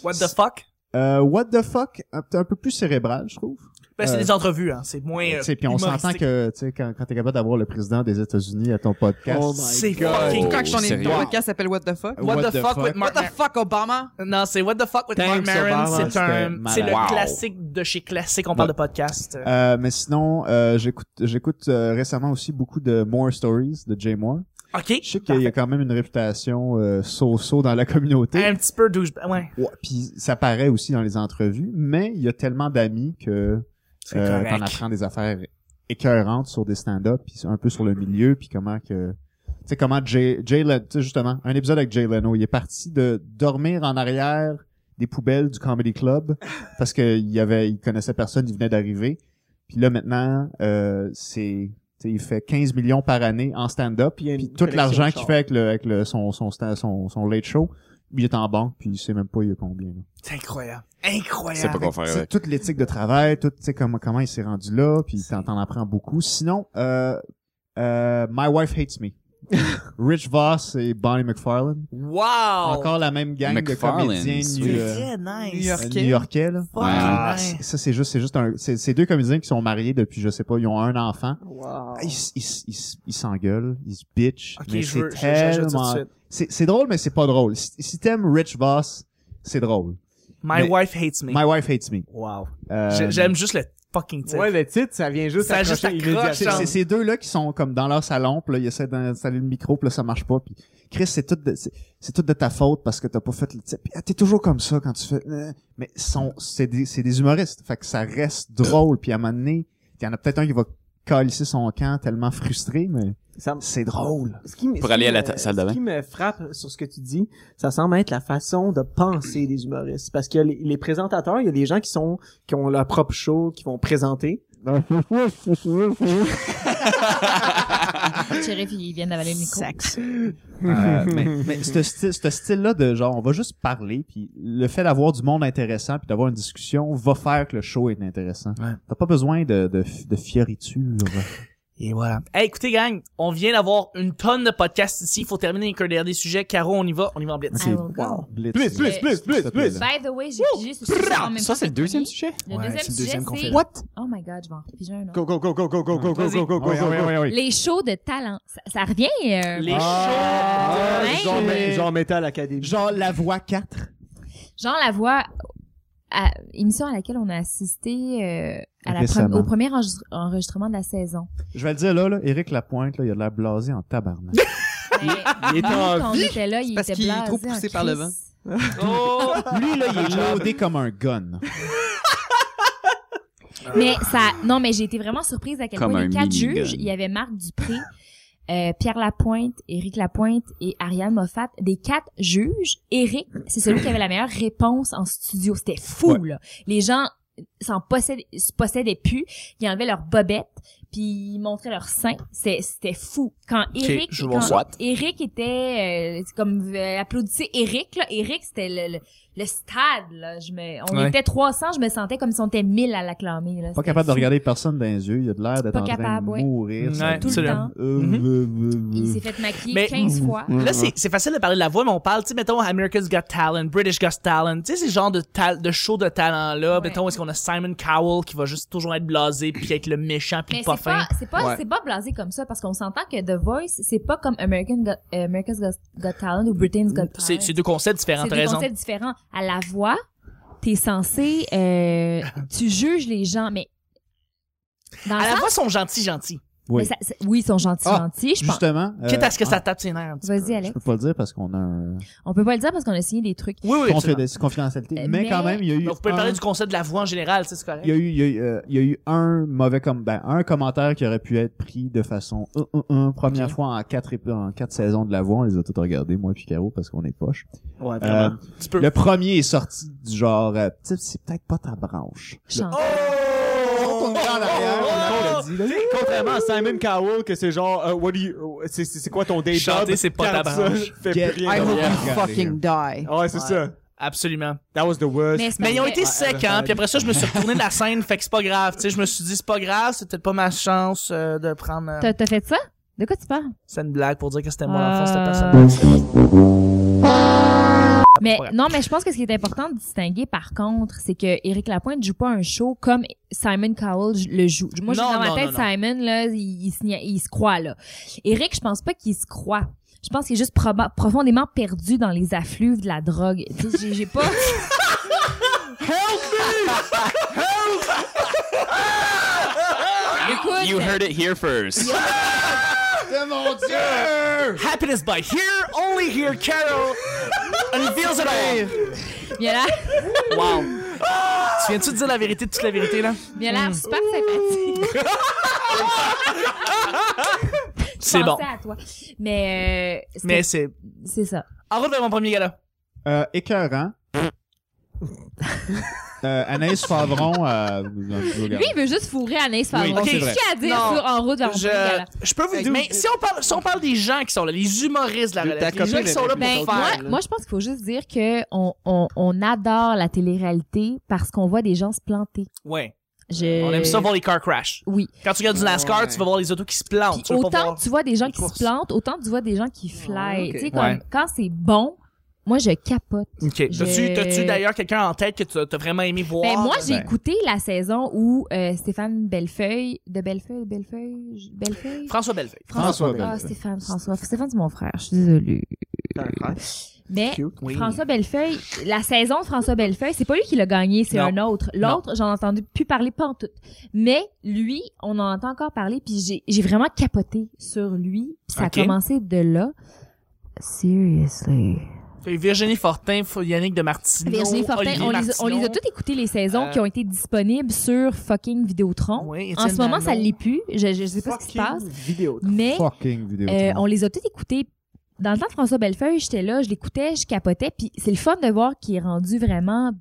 D: What the fuck?
E: Euh, What the fuck, un, un peu plus cérébral, je trouve.
D: Ben, c'est
E: Euh,
D: des entrevues, hein. C'est moins.
E: Tu
D: euh,
E: sais, Puis on s'entend
D: humoristique.
E: que tu sais, quand, quand t'es capable d'avoir le président des États-Unis à ton podcast,
F: Oh my
D: C'est
F: God.
D: fucking
B: Quand j'en ai
G: sérieux?
B: deux podcasts s'appelle What the fuck.
D: What, the, fuck, with
B: What
D: Mark
B: the fuck, Obama?
D: Non, c'est What the fuck with Mark
F: Thanks,
D: Maron.
F: Obama,
D: C'est un,
E: c'était
D: c'est le
E: malade.
G: Wow.
D: classique de chez classique. On parle de podcast. Euh,
E: Euh, mais sinon, euh, j'écoute, j'écoute euh, récemment aussi beaucoup de More Stories de Jay Moore.
D: Ok.
E: Je sais qu'il y a quand même une réputation euh, so-so dans la communauté.
D: Un petit peu douche. Ouais.
E: Ouais, Puis ça paraît aussi dans les entrevues, mais il y a tellement d'amis que
D: C'est
E: euh, t'en
D: correct.
E: apprends des affaires écœurantes sur des stand-up, puis un peu sur le milieu, puis comment que... Tu sais, comment Jay, Jay Leno- tu sais, justement, un épisode avec Jay Leno, il est parti de dormir en arrière des poubelles du Comedy [laughs] Club, parce que il y avait, il connaissait personne, il venait d'arriver. Puis là, maintenant, euh, c'est... tu sais, il fait 15 millions par année en stand-up,
F: Puis il y a une
E: puis tout
F: collection
E: l'argent
F: de
E: qu'il
F: chars.
E: fait avec, le, avec le, son, son, stand- son, son late show, il est en banque, puis il sait même pas il y a combien. là.
D: C'est incroyable.
G: C'est
D: Incroyable.
G: pas quoi faire
E: C'est
G: avec.
E: toute l'éthique de travail, tout, tu sais, comment, comment il s'est rendu là, puis t'en, t'en apprends beaucoup. Sinon, euh, euh, My Wife Hates [laughs] Me. Rich Voss et Bonnie McFarlane.
D: Wow.
E: Encore la même gang
G: McFarlane,
E: de comédiens
G: sweet.
E: nu- euh,
D: Yeah, nice.
B: New York.
E: euh, new-yorkais, là.
D: Fucking
E: Ah,
D: nice.
E: c'est- ça, c'est juste, c'est juste un, c'est, c'est deux comédiens qui sont mariés depuis, je sais pas, ils ont un enfant.
F: Wow.
E: Ils, s- ils, s- ils, s- ils s'engueulent, ils se bitchent.
D: Ok,
E: mais
D: je
E: c'est
D: veux, je- j'ajoute ça
E: tellement,
D: tout de suite.
E: c'est, c'est drôle, mais c'est pas drôle. Si, si t'aimes Rich Voss, c'est drôle.
D: My
E: Mais-
D: wife hates me.
E: My Wife Hates Me.
D: Wow.
E: Euh,
D: J'ai- J'aime juste le fucking titre.
F: Ouais, le titre, ça vient juste
D: Ça juste
F: accrocher
D: accroche, hein.
E: C'est-
F: immédiatement.
D: genre.
E: C'est ces deux-là qui sont comme dans leur salon, puis là, ils essaient d'installer le micro, puis là, ça marche pas. Puis Chris, c'est tout, de, c'est, c'est tout de ta faute parce que t'as pas fait le type. Puis, ah, T'es toujours comme ça quand tu fais... euh, Mais ils sont, c'est, des, c'est des humoristes, fait que ça reste drôle. Puis à un moment donné, il y en a peut-être un qui va calisser son camp tellement frustré, mais
F: Ça me-
E: c'est drôle.
F: ce qui me-
G: Pour
F: ce qui
G: aller à la
F: me-
G: ta- salle de
F: ce
G: bain.
F: qui me frappe sur ce que tu dis, ça semble être la façon de penser des humoristes. Parce que les, les présentateurs, il y a des gens qui sont qui ont leur propre show, qui vont présenter.
C: Shérif, ils viennent d'avaler le micro.
E: [laughs] Euh, mais mais ce sty- ce style-là de genre, on va juste parler, puis le fait d'avoir du monde intéressant, puis d'avoir une discussion, va faire que le show est intéressant.
D: Ouais.
E: T'as pas besoin de, de, f- de fioriture.
D: Et voilà. Hey, écoutez, gang, on vient d'avoir une tonne de podcasts ici. Il faut terminer avec un dernier sujet. Caro, on y va. On y va en blitz.
C: I will go.
E: Blitz.
F: Plus, plus, plus, plus,
E: S'il te plaît, là.
F: plus.
C: By the way, j'ai juste... Ça,
G: c'est le deuxième sujet?
C: Le
D: Ouais,
C: deuxième
D: c'est le
C: sujet,
D: deuxième qu'on fait
C: c'est...
D: là.
C: What? Oh my God, je vais en piger un autre.
F: Go, go, go, go, go, go, go, go, go, go, go,
E: Oui, oui, oui, oui.
C: Les shows de talent, ça, ça revient... euh,
D: Les
F: Ah,
C: Ouais.
F: genre, mais- genre Metal Academy.
E: Genre la voix 4.
C: Jean Lavoie, à, émission à laquelle on a assisté euh, à la
E: Récemment.
C: pre- au premier enregistre- enregistrement de la saison.
E: Je vais le dire là, là Éric Lapointe, là, il a de l'air blasé en
D: [laughs]
E: tabarnak.
C: Il,
F: est en
C: quand on était là, il
B: parce
C: était
B: qu'il est
C: blasé
B: trop
C: en
B: poussé par le
C: crise.
D: shows! Oh!
E: Lui, là, il est loadé comme un gun.
C: Mais ça, non, mais j'ai été vraiment surprise à quel
G: Comme
C: point
G: un
C: les quatre
G: minigun.
C: juges, il y avait Marc Dupré, euh, Pierre Lapointe, Éric Lapointe et Ariane Moffat. Des quatre juges, Éric, c'est celui qui avait la meilleure réponse en studio. C'était fou, là. Les gens s'en possédaient, se possédaient plus. Ils enlevaient leurs bobettes, puis ils montraient leurs seins. C'est- C'était fou. Quand Éric,
D: je vois
C: quand
D: ça.
C: Éric était, euh, c'est comme euh, applaudissez Éric, là. Éric, c'était le, le, le stade, là. Je me, on
D: Ouais.
C: était 300, je me sentais comme si on était 1000 à l'acclamer, là.
E: Pas
C: C'était
E: capable de
C: fou.
E: regarder personne dans les yeux, il a de l'air d'être
C: Pas
E: en train
C: capable,
E: de
C: ouais.
E: mourir.
D: Ouais,
E: ça-
D: tout le
C: Absolument. temps.
E: Euh,
D: Mhm.
E: euh, euh,
C: Il
E: euh.
C: s'est fait maquiller
D: Mais-
C: 15 fois.
D: Là, c'est c'est facile de parler de la voix, mais on parle, tu sais, mettons, America's Got Talent, British Got Talent, tu sais, ces genres de, tal- de shows de talent-là,
C: Ouais.
D: mettons, est-ce qu'on a Simon Cowell qui va juste toujours être blasé, puis être le méchant, puis
C: Mais
D: le
C: c'est
D: pas
C: pas,
D: fin.
C: c'est pas,
F: Ouais.
C: c'est pas blasé comme ça parce qu'on s'entend que The Voice, c'est pas comme American Got- euh, America's Got, Got Talent ou Britain's Got Talent.
D: C'est c'est deux concepts différents,
C: C'est
D: t'as
C: des
D: raison.
C: concepts différents. À la voix, t'es censé, euh, tu juges les gens, mais dans
D: À
C: le
D: la
C: sens-
D: fois, ils sont gentils, gentils.
E: oui.
C: mais ça- c'est- oui, ils sont gentils,
E: Ah,
C: gentils, je pense.
E: Justement. euh,
D: Quitte à ce que
E: ah,
D: ça tape ses nerfs. un petit peu.
C: Vas-y,
E: Je
C: Alex.
E: peux pas le dire parce qu'on a un
C: On peut pas le dire parce qu'on a signé des trucs.
D: Oui, oui. absolument.
E: confide- confidentialité.
C: Euh,
E: mais,
C: mais-
E: quand même, il y a eu.
D: Donc, vous pouvez
E: un-
D: parler du concept de la voix en général, tu sais, c'est correct.
E: il y a eu, il y a eu, euh, il y a eu un mauvais comme ben, un commentaire qui aurait pu être pris de façon euh, euh, euh, première fois en quatre ép- en quatre saisons de la voix on les a tous regardés moi et puis Caro parce qu'on est poche
F: Ouais,
E: Euh,
F: vraiment.
D: Tu peux.
E: le premier est sorti du genre euh, Tu sais, c'est peut-être pas ta branche
C: Chante.
F: On l'a dit, là. [laughs] Contrairement à Simon Cowell, que c'est genre, euh, what do you, euh, c'est- c'est c'est quoi ton day
D: Chanter,
F: job?
D: c'est pas ta
F: Garde ça, [laughs]
D: branche.
F: je fais
E: Get-
F: plus
B: I
F: rien.
B: hope
E: Yeah.
B: you fucking die.
F: Ouais, c'est ça.
D: Absolument.
F: That was the worst.
C: Mais, c'est
D: Mais ils ont
C: parfait.
D: été secs, hein. Puis après ça, je me suis retourné de la scène, fait que c'est pas grave. Tu sais, je me suis dit, c'est pas grave, c'est peut-être pas ma chance euh, de prendre. euh,
C: T'as, t'as fait ça? De quoi tu parles?
D: C'est une blague pour dire que c'était moi,
C: Euh,
D: l'enfant, cette personne.
C: Mais
D: Ouais.
C: non, mais je pense que ce qui est important de distinguer, par contre, c'est que Éric Lapointe joue pas un show comme Simon Cowell j- le joue. Moi, je
D: Non,
C: dans ma
D: non,
C: tête,
D: non, non.
C: Simon, là, il, il, se nia- il se croit, là. Éric, je pense pas qu'il se croit. Je pense qu'il est juste proba- profondément perdu dans les affluves de la drogue. Tu sais, j'ai- j'ai
D: [laughs]
C: pas... Écoute,
G: You heard it here first.
C: Euh.
D: Happiness by here, only here, Carol unveils it all.
C: il a l'air
D: Wow. Tu viens-tu de dire la vérité, toute la vérité, là?
C: il a
D: Hmm.
C: l'air super sympathique.
D: C'est bon.
C: Pensais à toi. Mais, euh,
D: Mais
C: c'était-
D: c'est.
C: c'est ça.
D: En route vers mon premier gala.
E: euh,
C: [laughs]
E: écœurant euh, Anaïs Favron euh, vous- vous regardez.
C: Lui, il veut juste fourrer Anaïs Favreau.
E: Oui, c'est
C: Qu'est-ce
E: vrai.
C: qu'il y a à dire
D: Non.
C: sur En route vers le
D: Je,
C: gala?
D: je peux vous dire. Mais si on, parle, si on parle des gens qui sont là, les humoristes de la
F: Ta
D: relève, les
F: copine
D: gens qui sont là pour
C: Ben,
D: faire.
C: moi, moi, je pense qu'il faut juste dire que on, on, on adore la télé-réalité parce qu'on voit des gens se planter.
D: Ouais.
C: Je...
D: On aime ça voir les car crash.
C: Oui.
D: Quand tu regardes du NASCAR,
F: Ouais.
D: tu vas voir les autos qui se plantent.
C: Puis
D: tu veux pas
C: autant
D: voir.
C: tu vois des gens
D: les
C: qui
D: courses.
C: se plantent, autant tu vois des gens qui fly.
F: Ah, ok.
C: Tu sais, comme,
D: Ouais.
C: quand c'est bon, moi, je capote.
D: Ok. T'as-tu,
C: Je-
D: t'as-tu d'ailleurs quelqu'un en tête que tu as t'as vraiment aimé voir?
C: Ben, moi, j'ai
E: ben.
C: écouté la saison où euh, Stéphane Bellefeuille, de Bellefeuille, Bellefeuille, je- Bellefeuille?
D: Euh, François Bellefeuille.
E: François
C: Ah,
E: Bellefeuille.
C: Stéphane, François. Stéphane, c'est mon frère. Je suis désolée. Mais
F: Cute.
D: Oui.
C: François Bellefeuille, la saison de François Bellefeuille, c'est pas lui qui l'a gagné, c'est
D: Non.
C: un autre. L'autre, j'en ai entendu plus parler pas en tout. Mais lui, on en entend encore parler, puis j'ai- j'ai vraiment capoté sur lui. Puis ça
D: Ok.
C: a commencé de là. Seriously.
D: Fait Virginie Fortin, F- Yannick de Martino,
C: Virginie Fortin,
D: Olivier
C: on les, a- on
D: Martineau.
C: les a toutes écoutées les saisons
D: Euh,
C: qui ont été disponibles sur fucking Vidéotron.
D: Oui, Étienne
C: en ce moment,
D: Dano.
C: ça l'est plus. Je, je sais pas ce qui se passe.
F: Vidéo.
C: Mais
E: Fucking vidéo.
C: Euh, on les a toutes écoutées. Dans le temps de François Bellefeuille, j'étais là, je l'écoutais, je capotais. Puis c'est le fun de voir qu'il est rendu vraiment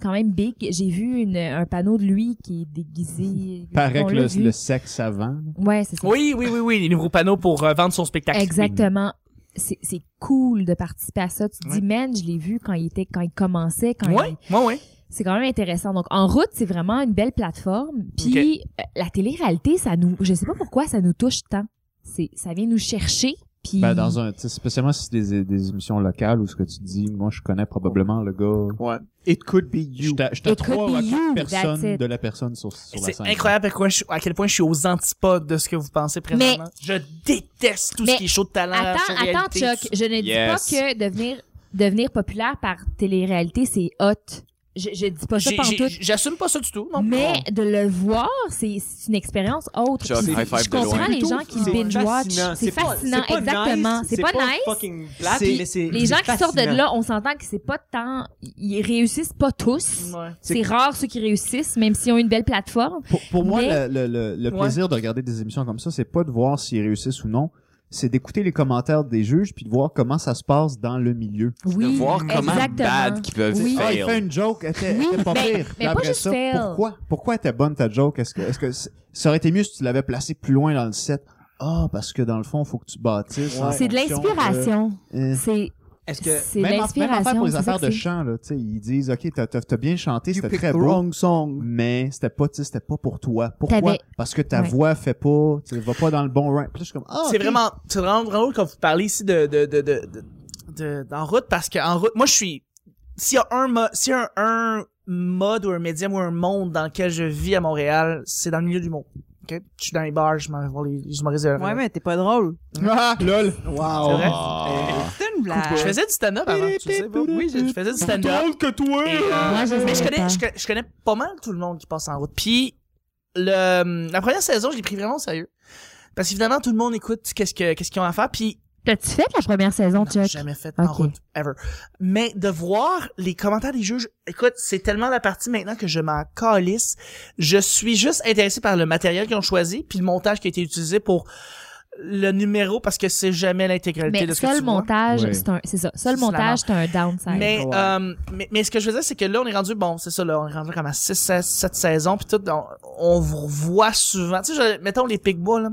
C: quand même big. J'ai vu une- un panneau de lui qui est déguisé.
E: Paraît
C: On
E: que
C: l'a
E: le,
C: vu.
E: le sexe avant.
C: Ouais, c'est ça.
D: Oui, oui, oui, oui, les nouveaux panneaux pour euh, vendre son spectacle.
C: Exactement. C'est c'est cool de participer à ça. Tu te
D: Ouais.
C: dis, man, je l'ai vu quand il était, quand il commençait, quand il-
D: Oui, oui, oui.
C: c'est quand même intéressant. Donc, en route, c'est vraiment une belle plateforme. Puis, euh, la télé-réalité, ça nous, je sais pas pourquoi ça nous touche tant. C'est, ça vient nous chercher. Puis,
E: Ben, dans un, tu sais, spécialement si c'est des, des émissions locales ou ce que tu dis, moi, je connais probablement le gars.
F: Ouais. It could be
E: Je
F: you.
E: à
C: It could
E: trois ou à
C: be
E: quatre
C: you, that's
E: personnes
C: it.
E: de la personne sur, sur la
D: C'est
E: scène.
D: incroyable à, quoi je- à quel point je suis aux antipodes de ce que vous pensez présentement. Je déteste tout
C: Mais
D: ce qui est show de talent,
C: attends,
D: show de
C: attends,
D: réalité,
C: Chuck. Je ne
G: Yes.
C: dis pas que devenir, devenir populaire par télé-réalité, c'est hot. Je, je dis pas ça
D: J'ai- j'ai-
C: pantoute.
D: J'assume pas ça du tout. Non.
C: Mais de le voir, c'est c'est une expérience autre.
G: Chuck,
C: Puis
G: high five
C: je
G: de
C: comprends
G: loin.
C: les gens qui binge-watch. C'est fascinant, exactement. C'est pas nice.
F: fucking plate,
C: Puis
F: mais c'est-
C: les gens
F: c'est
C: qui sortent de
F: fascinant.
C: là, on s'entend que c'est pas tant, ils réussissent pas tous.
D: Ouais.
C: C'est rare ceux qui réussissent, même s'ils ont une belle plateforme.
E: Pour, pour moi,
C: Mais-
E: le, le, le, le
D: Ouais.
E: plaisir de regarder des émissions comme ça, c'est pas de voir s'ils réussissent ou non, c'est d'écouter les commentaires des juges puis de voir comment ça se passe dans le milieu.
C: Oui,
G: de voir comment
C: exactement.
G: bad qu'ils peuvent
C: Oui.
E: Ah, il fait
G: fail.
E: une joke, elle était,
C: Oui,
E: elle était pas
C: mais-
E: pire.
C: mais
E: Puis
C: pas
E: après
C: juste
E: ça,
C: fail.
E: pourquoi, pourquoi elle était bonne ta joke? Est-ce que, est-ce que c- ça aurait été mieux si tu l'avais placée plus loin dans le set? Ah, parce que dans le fond, faut que tu bâtisses. en
C: C'est de
E: fonction
C: l'inspiration.
E: Euh,
C: C'est
F: Est-ce que
C: c'est de
E: même, en- même affaire
C: l'inspiration.
E: pour les
C: c'est ça
E: affaires
C: que
E: de
C: c'est.
E: chant, là, tu sais, ils disent, OK, t'as, t'as, t'as bien chanté, c'était
F: picked
E: très
F: the
E: beau.
F: wrong
E: song. Mais c'était pas, tu sais, c'était pas pour toi. Pourquoi?
C: T'avais-
E: Parce que ta
C: Ouais.
E: voix fait pas, tu sais, va pas dans le bon rang. Puis là, je suis comme, ah,
D: C'est
E: ok.
D: vraiment, c'est vraiment drôle quand vous parlez ici de, de, de, de, de, de- d'en route parce que en route, moi je suis, s'il y a un mode, s'il y a un, un mode ou un médium ou un monde dans lequel je vis à Montréal, c'est dans le milieu du monde. Ok, Je suis dans les bars, je m'en vais voir les, les humoristes de la-
B: Ouais, mais t'es pas drôle.
E: [laughs] Ah, lol.
D: C'est vrai?
G: Ah.
B: C'est une blague.
D: Je faisais du stand-up avant, tu le sais pas? Oui, je, je faisais du stand-up.
E: que toi!
D: Et, euh,
C: Moi, je
D: mais je
C: savais
D: connais,
C: pas.
D: je, connais- je connais pas mal tout le monde qui passe en route. Puis le, la première saison, je l'ai pris vraiment au sérieux. Parce qu'évidemment, tout le monde écoute qu'est-ce que, qu'est-ce qu'ils ont à faire. Puis
C: T'as-tu fait la première saison,
D: Non,
C: Chuck?
D: Jamais fait en
C: Ok.
D: route, ever. Mais de voir les commentaires des juges, écoute, c'est tellement la partie maintenant que je m'en calisse. Je suis juste intéressé par le matériel qu'ils ont choisi, puis le montage qui a été utilisé pour le numéro, parce que c'est jamais l'intégralité
C: Mais
D: de ce que
C: seul
D: tu vois.
C: montage,
E: Oui.
C: c'est un, c'est ça. Seul
D: C'est
C: montage, c'est un downside.
D: Mais, euh, mais, mais ce que je veux dire, c'est que là, on est rendu, bon, c'est ça, là, on est rendu comme à 6, 7 saisons, puis tout, on, on vous revoit souvent. Tu sais, je- mettons les Pigbois, là.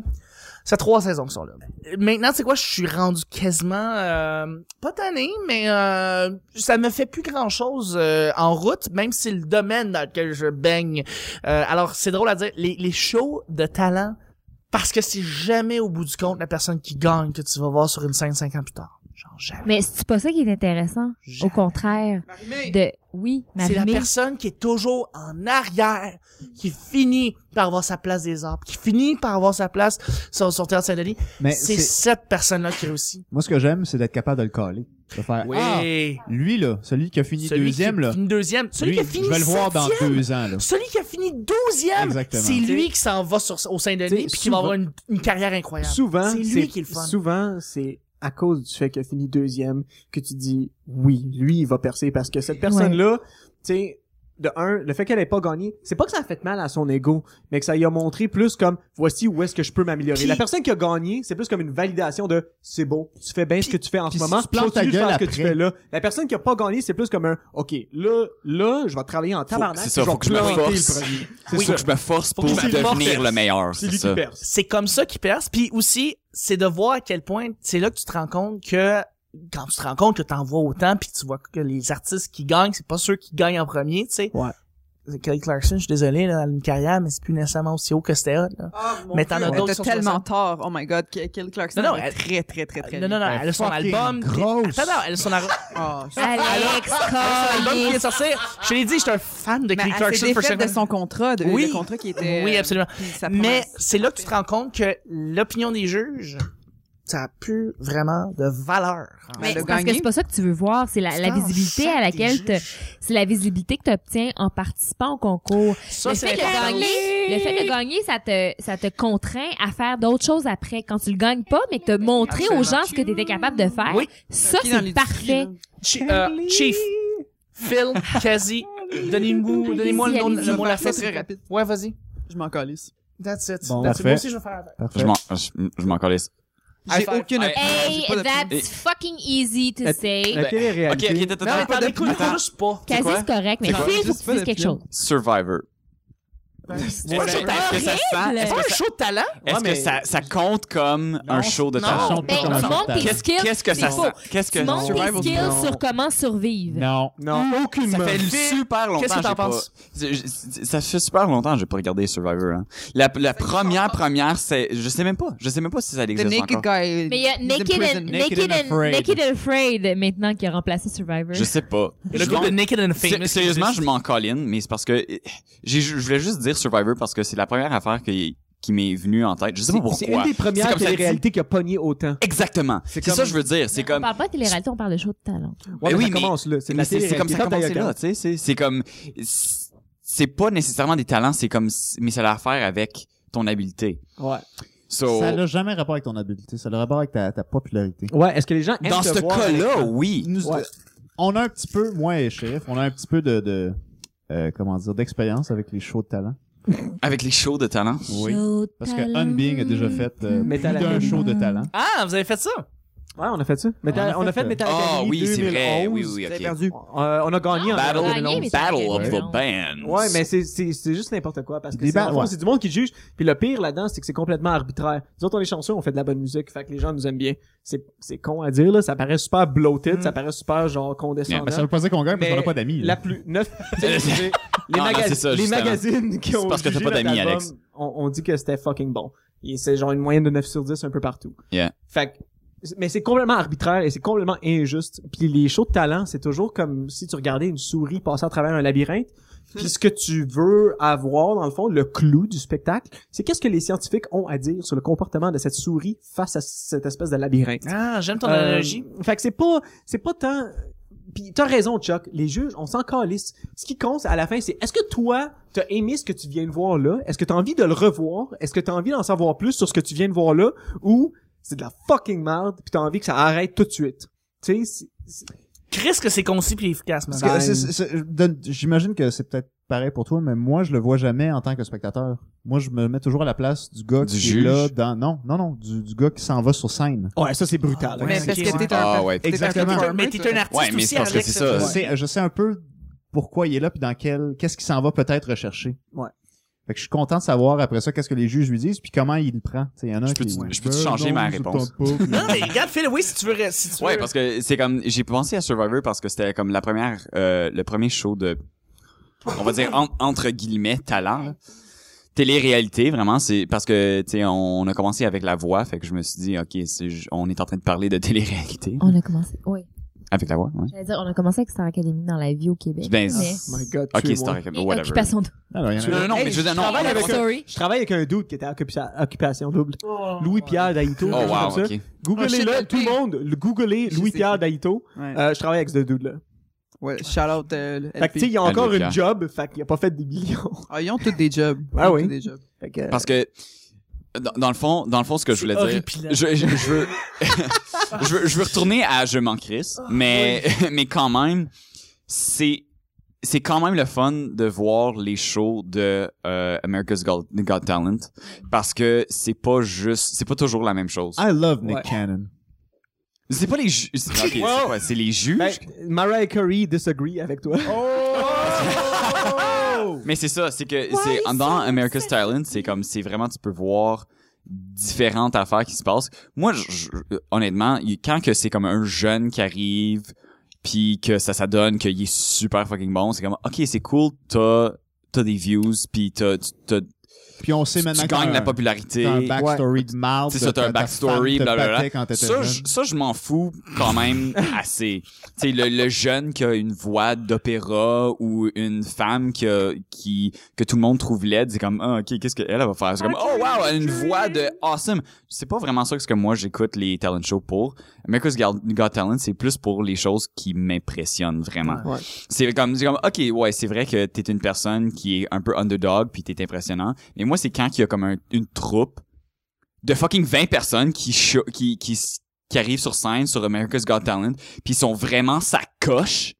D: C'est trois saisons qui sont là. Maintenant, tu sais quoi, je suis rendu quasiment, euh, pas tanné, mais euh, ça me fait plus grand-chose euh, en route, même si c'est le domaine dans lequel je baigne. Euh, alors, c'est drôle à dire, les, les shows de talent, parce que c'est jamais au bout du compte la personne qui gagne que tu vas voir sur une scène cinq ans plus tard. Genre, jamais.
C: Mais c'est pas ça qui est intéressant. Au
D: Jamais.
C: contraire. De, oui,
D: C'est la
C: Marie-Mé.
D: personne qui est toujours en arrière, qui finit par avoir sa place des arbres, qui finit par avoir sa place sur, sur Terre Saint-Denis.
E: Mais
D: C'est
E: c'est-
D: cette personne-là qui réussit.
E: moi, ce que j'aime, c'est d'être capable de le caler. De faire, ah, lui, là, celui qui a fini
D: Celui
E: deuxième,
D: qui
E: là.
D: finit deuxième. Celui
E: lui,
D: qui a fini
E: je vais le voir dans
D: septième.
E: deux ans, là.
D: Celui qui a fini douzième.
E: Exactement.
D: C'est lui qui s'en va sur, au Saint-Denis puis
F: T'sais,
D: qui va
F: souvent-
D: avoir une, une carrière incroyable.
F: souvent
D: C'est lui qui est le fun.
F: souvent c'est à cause du fait qu'il a fini deuxième que tu dis oui, lui il va percer parce que cette personne là, tu sais de un, le fait qu'elle ait pas gagné, c'est pas que ça a fait mal à son ego, mais que ça lui a montré plus comme voici où est-ce que je peux m'améliorer.
D: Puis-
F: La personne qui a gagné, c'est plus comme une validation de c'est beau, tu fais bien ce que tu fais en
E: puis
F: ce
E: si
F: moment,
E: tu plantes ta
F: continue de faire
E: gueule
F: ce que tu
E: après.
F: fais là. La personne qui a pas gagné, c'est plus comme un OK, là là, je vais travailler en tabarnak,
G: c'est ça,
F: je vais
G: faut que je me
F: planter
G: force.
F: le premier.
G: Faut
F: C'est ça.
G: que je me force
D: Faut
G: pour
D: que je me
G: devenir
D: force.
G: le meilleur.
F: C'est
G: C'est
F: lui
G: ça.
F: qui perce.
D: c'est comme ça qu'ils percent. Puis aussi, c'est de voir à quel point, c'est là que tu te rends compte que quand tu te rends compte que t'en vois autant, puis tu vois que les artistes qui gagnent, c'est pas ceux qui gagnent en premier, tu sais.
F: Ouais.
D: Kelly Clarkson, je suis désolé, là, elle a une carrière, mais c'est plus nécessairement aussi haut que c'était hot, là. Mais t'en as
B: Ah, Elle
D: d'autres
B: a
D: qui sont
B: tellement
D: sur
B: tort. Oh my god, Ke- Kelly Clarkson.
D: Non, non,
B: elle
D: elle-
B: est très, très, très, très.
D: Non, non, non, elle a son
E: fucking
D: album.
E: grosse.
D: Attends, non, elle a son, ar-
B: [laughs] non.
C: Alex
D: son album qui
C: Collier.
D: est sorti. Je te l'ai dit, j'étais un fan de
B: Mais
D: Kelly
B: elle
D: Clarkson.
B: s'est
D: for
B: défaite de
D: second-
B: son contrat, de,
D: Oui.
B: le contrat qui était...
D: Oui, absolument.
B: Puis sa
D: Mais
B: promesse.
D: c'est là que tu te rends compte que l'opinion des juges, ça a plus vraiment de valeur.
B: Mais elle a
C: Parce que
B: gagné.
C: c'est pas ça que tu veux voir, c'est la, la
D: Putain,
C: visibilité à
D: chaque
C: laquelle
D: des
C: te,
D: juges.
C: c'est la visibilité que tu obtiens en participant au concours.
D: Ça,
C: Le
D: c'est
C: fait de
D: l'importance.
C: gagner, Le fait de gagner, ça te, ça te contraint à faire d'autres choses après. Quand tu le gagnes pas, mais que t'as montré aux gens ce que t'étais capable de faire,
D: Oui.
C: ça,
B: Qui dans
C: c'est
B: les
C: parfait.
D: Chi- euh, Chief, Phil, Kazi, donnez-moi donnez le nom
C: Allez-y,
D: le mot de la
B: allez-y.
D: fête.
B: Très rapide.
D: Ouais, vas-y.
B: Je m'en calisse.
D: That's it.
E: Bon,
D: That's it.
E: parfait.
D: Moi aussi, je vais faire avec.
E: Parfait.
G: Je m'en, je, je m'en calisse.
D: High
B: J'ai
D: five.
B: aucune
G: Hey,
B: opinion.
C: Hey,
B: J'ai pas d'opinion.
G: Et-
C: that's fucking easy to
F: Et-
C: say.
F: La
G: ben, Ok,
F: télé-réalité.
G: ok, t'as-
D: Non, mais
G: t'as-
D: t'en écoutes juste pas.
C: Quasi,
G: quoi?
C: c'est correct, mais
G: C'est quoi?
C: Phil, faut
B: Juste
C: que tu dises
B: pas
C: quelque
B: de
C: chose.
G: Survivor.
D: C'est pas un show de talent.
G: que ça se sent?
C: Horrible!
G: Est-ce que,
D: Un show de talent?
G: est-ce que ça, ça compte comme un show de
D: non.
G: talent?
C: Ben,
E: Comme
C: tu
E: un
C: montres tes
E: chantage.
C: skills.
G: Qu'est-ce que
C: c'est
G: ça
C: faux.
G: sent? Qu'est-ce que
C: Tu montres tes
F: Survival,
C: skills
F: non.
C: sur comment survivre.
E: Non.
F: Non, aucune
G: Ça fait
D: Phil,
G: super longtemps.
D: qu'est-ce que t'en
G: j'ai pas-
D: penses?
G: C'est- je- Ça fait super longtemps que j'ai pas regardé Survivor. Hein. La, la première première, c'est, je sais même pas. Je sais même pas si ça
B: The
G: existe
B: Naked
G: encore.
B: Guy.
C: Mais il y a
B: is in
C: Naked
B: prison.
C: and, Naked and, Naked and Afraid maintenant qui a remplacé Survivor.
G: Je sais pas.
D: Le
G: Je
D: groupe
G: m'en-
D: de Naked and
G: sé-
D: Famous.
G: Sérieusement, je m'en colline, mais c'est parce que eh, j'ai, je voulais juste dire Survivor parce que c'est la première affaire qui, qui m'est venue en tête. Je sais pas
F: C'est-
G: pourquoi.
F: C'est une des premières
G: C'est comme ça
F: télé-réalités qui a pogné autant.
G: Exactement.
F: C'est
G: C'est
F: comme-
G: ça que je veux dire. C'est
C: On
G: comme
C: parle pas de télé-réalité, on parle de show de talent.
F: Ouais,
G: Mais
F: mais
G: oui,
F: ça
G: mais-
F: commence là. C'est de
G: Mais
F: la
G: c'est c'est comme
F: télé-réalité.
G: ça
F: Quand t'as
G: commencé
F: regardé-
G: là, tu sais, c'est c'est comme c'est- c'est pas nécessairement des talents, c'est comme mais ça a l'affaire avec ton habileté.
F: Ouais.
G: So,
E: Ça n'a jamais rapport avec ton habileté, ça a le rapport avec ta, ta popularité.
F: Ouais, est-ce que les gens aiment
G: dans
F: te
G: ce
F: voir
G: cas-là,
F: avec-
G: oui.
E: Nous-
F: Ouais.
E: On a un petit peu, moi et Sheriff, on a un petit peu de, de euh, comment dire, d'expérience avec les shows de talent.
G: Avec les shows de talent.
E: Oui. Parce que Unbeing a déjà fait euh, plus
F: Metal
E: d'un
F: Academy.
E: show de talent.
D: Ah, vous avez fait ça?
F: Ouais, on a fait ça. Metal-
E: On a
F: on a
E: fait
F: fait
E: le-
F: Metal
G: Ah
F: Academy
G: oui, c'est vrai. Oui,
F: 2011.
G: oui,
B: Vous
G: ok.
B: avez perdu.
F: Euh, on a gagné en
C: Ah,
G: Battle,
C: on a gagné, mais
G: Battle
C: c'est
G: of
C: vrai,
G: the Bands.
F: Ouais, mais c'est c'est c'est juste n'importe quoi parce que
E: Des
F: c'est
E: ba-
F: en fond,
E: ouais.
F: c'est du monde qui juge. Puis le pire là-dedans, c'est que c'est complètement arbitraire. Nous autres, on est chanceux, on fait de la bonne musique, fait que les gens nous aiment bien. C'est c'est con à dire là, ça paraît super bloated,
D: Mm.
F: ça paraît super genre
G: Yeah,
F: condescendant.
E: Ben, ça veut pas dire qu'on gagne parce qu'on
F: Mais
E: n'a pas d'amis.
F: La
E: là.
F: plus
G: [laughs]
F: neuf. tu sais, je veux dire, les,
G: Ah, non,
F: magas-
G: c'est ça,
F: les
G: justement.
F: magazines qui
G: C'est
F: ont
G: parce que t'as
F: jugé
G: pas
F: notre
G: d'amis,
F: album,
G: Alex.
F: On, on dit que c'était fucking bon. Et c'est genre une moyenne de 9 sur 10 un peu partout.
G: Yeah.
F: Fait que- mais c'est complètement arbitraire et c'est complètement injuste. Puis les shows de talent, c'est toujours comme si tu regardais une souris passer à travers un labyrinthe. Puis ce que tu veux avoir, dans le fond, le clou du spectacle, c'est qu'est-ce que les scientifiques ont à dire sur le comportement de cette souris face à cette espèce de labyrinthe.
D: Ah, j'aime ton
F: Euh,
D: analogie.
F: fait que c'est pas, c'est pas tant. Puis t'as raison, Chuck. Les juges, on s'en calisse. Ce qui compte à la fin, c'est est-ce que toi, t'as aimé ce que tu viens de voir là Est-ce que t'as envie de le revoir Est-ce que t'as envie d'en savoir plus sur ce que tu viens de voir là Ou c'est de la fucking merde Puis t'as envie que ça arrête tout de suite Tu sais, c'est- c'est-
D: Chris, que c'est concis puis efficace, man.
E: Parce que c'est- c'est- c'est- je donne- J'imagine que c'est peut-être pareil pour toi, mais moi, je le vois jamais en tant que spectateur. Moi, je me mets toujours à la place du gars
G: Du
E: qui
G: juge.
E: est là dans... Non, non, non, du, du gars qui s'en va sur scène.
F: ouais, ça c'est brutal.
D: Ah, ouais.
B: Mais
D: c'est
B: parce
D: ok,
B: que t'es un.
G: Ah, ouais.
B: t'es un
E: Exactement.
B: performer,
D: mais t'es
B: toi.
D: un artiste
G: Ouais, mais
D: aussi,
G: c'est parce que
D: Alex,
G: c'est ça.
E: Je,
G: Ouais.
E: sais, je sais un peu pourquoi il est là puis dans quel... Qu'est-ce qu'il s'en va peut-être rechercher.
F: Ouais.
E: Fait que je suis content de savoir après ça qu'est-ce que les juges lui disent puis comment il le prend. Tu sais, il y en a
G: Je
E: un
G: peux-
E: qui-
G: je peux-tu changer ma
E: je
G: réponse?
E: tente [laughs] pas, puis-
D: Non, mais regarde, Phil, oui, si tu veux, si tu veux.
G: Ouais, parce que c'est comme j'ai pensé à Survivor parce que c'était comme la première euh, le premier show de on va dire en- entre guillemets talent là. télé-réalité vraiment c'est parce que tu sais on, on a commencé avec la voix fait que je me suis dit OK c'est ju- on est en train de parler de télé-réalité
C: On a commencé, oui.
G: avec la voix ouais.
C: J'allais dire, on a commencé avec Star Academy dans la vie au Québec.
G: Ben,
C: mais...
F: Oh my god,
G: OK
F: tuez-moi.
G: Star
C: Et
G: Academy whatever.
C: Occupation de...
E: Alors, il y en a-
G: Non non non
F: Hey,
G: mais je veux dire
F: je
G: non
F: travaille avec
G: on-
C: Sorry.
F: Je travaille avec un dude qui était à Occupa- occupation double.
D: Oh,
F: Louis-Pierre Daito.
G: Oh wow, OK.
F: Googlez-le, tout le monde. le- Googlez
B: Je
F: Louis-Pierre
B: sais.
F: Daito.
B: Ouais.
F: Euh, je travaille avec ce dude-là.
B: Ouais, shout out. euh, le
F: Fait que, tu sais,
B: LP.
F: il y a encore
G: Louis-Pierre.
F: une job, fait qu'il a pas fait des millions.
B: Ah, ils ont tous des jobs. Ils
F: Ah
B: ont
F: oui.
B: tous des jobs.
F: Fait que,
G: parce que dans, dans le fond dans le fond ce que je
D: C'est
G: voulais dire
D: horripilant.
G: je, je, je veux [laughs] je veux je veux retourner à je m'en
D: Ah,
G: crisse mais [laughs] mais quand même c'est c'est quand même le fun de voir les shows de euh, America's Got, Got Talent parce que c'est pas juste c'est pas toujours la même chose
E: I love Nick
F: Ouais.
E: Cannon.
G: c'est pas les ju- c'est- ok, c'est
F: Wow.
G: quoi, c'est les
F: [laughs]
G: juges
F: ben, Mariah Carey disagree avec toi.
G: mais c'est ça c'est que c'est dans America's Talent c'est comme c'est vraiment tu peux voir différentes affaires qui se passent moi je- je- honnêtement il- quand que c'est comme un jeune qui arrive puis que ça ça donne qu'il est super fucking bon c'est comme ok c'est cool t'as t'as des views puis t'as tu- t'as
E: Puis on sait
G: tu
E: maintenant
G: tu
E: que t'as
G: gagnes la
E: un-
G: popularité.
E: t'as un backstory de marde.
G: Tu sais, ça,
E: de
G: t'as
E: ta-
G: un
E: ta
G: backstory,
E: femme te
G: blablabla.
E: battait quand t'étais
G: Ça,
E: jeune.
G: je, ça, je m'en fous quand même assez. [laughs] Tu sais, le, le jeune qui a une voix d'opéra ou une femme qui, a- qui, que tout le monde trouve laide, c'est comme, ah, ok, qu'est-ce qu'elle elle va faire? C'est comme, oh wow, elle a une voix de awesome. C'est pas vraiment ça que, c'est que moi j'écoute les talent shows pour. America's Got Got Talent, c'est plus pour les choses qui m'impressionnent vraiment.
F: Ouais.
G: C'est comme, c'est comme, ok, ouais, c'est vrai que t'es une personne qui est un peu underdog puis t'es impressionnant. Mais moi, c'est quand il y a comme un- une troupe de fucking 20 personnes qui, cho- qui, qui, s- qui arrivent sur scène sur America's Got Talent puis ils sont vraiment sa coche.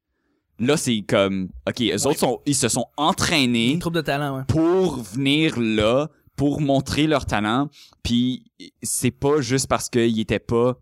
G: Là, c'est comme, ok, eux autres sont, ils se sont entraînés
D: Une troupe de talent, ouais.
G: pour venir là, pour montrer leur talent. Puis c'est pas juste parce qu'ils étaient pas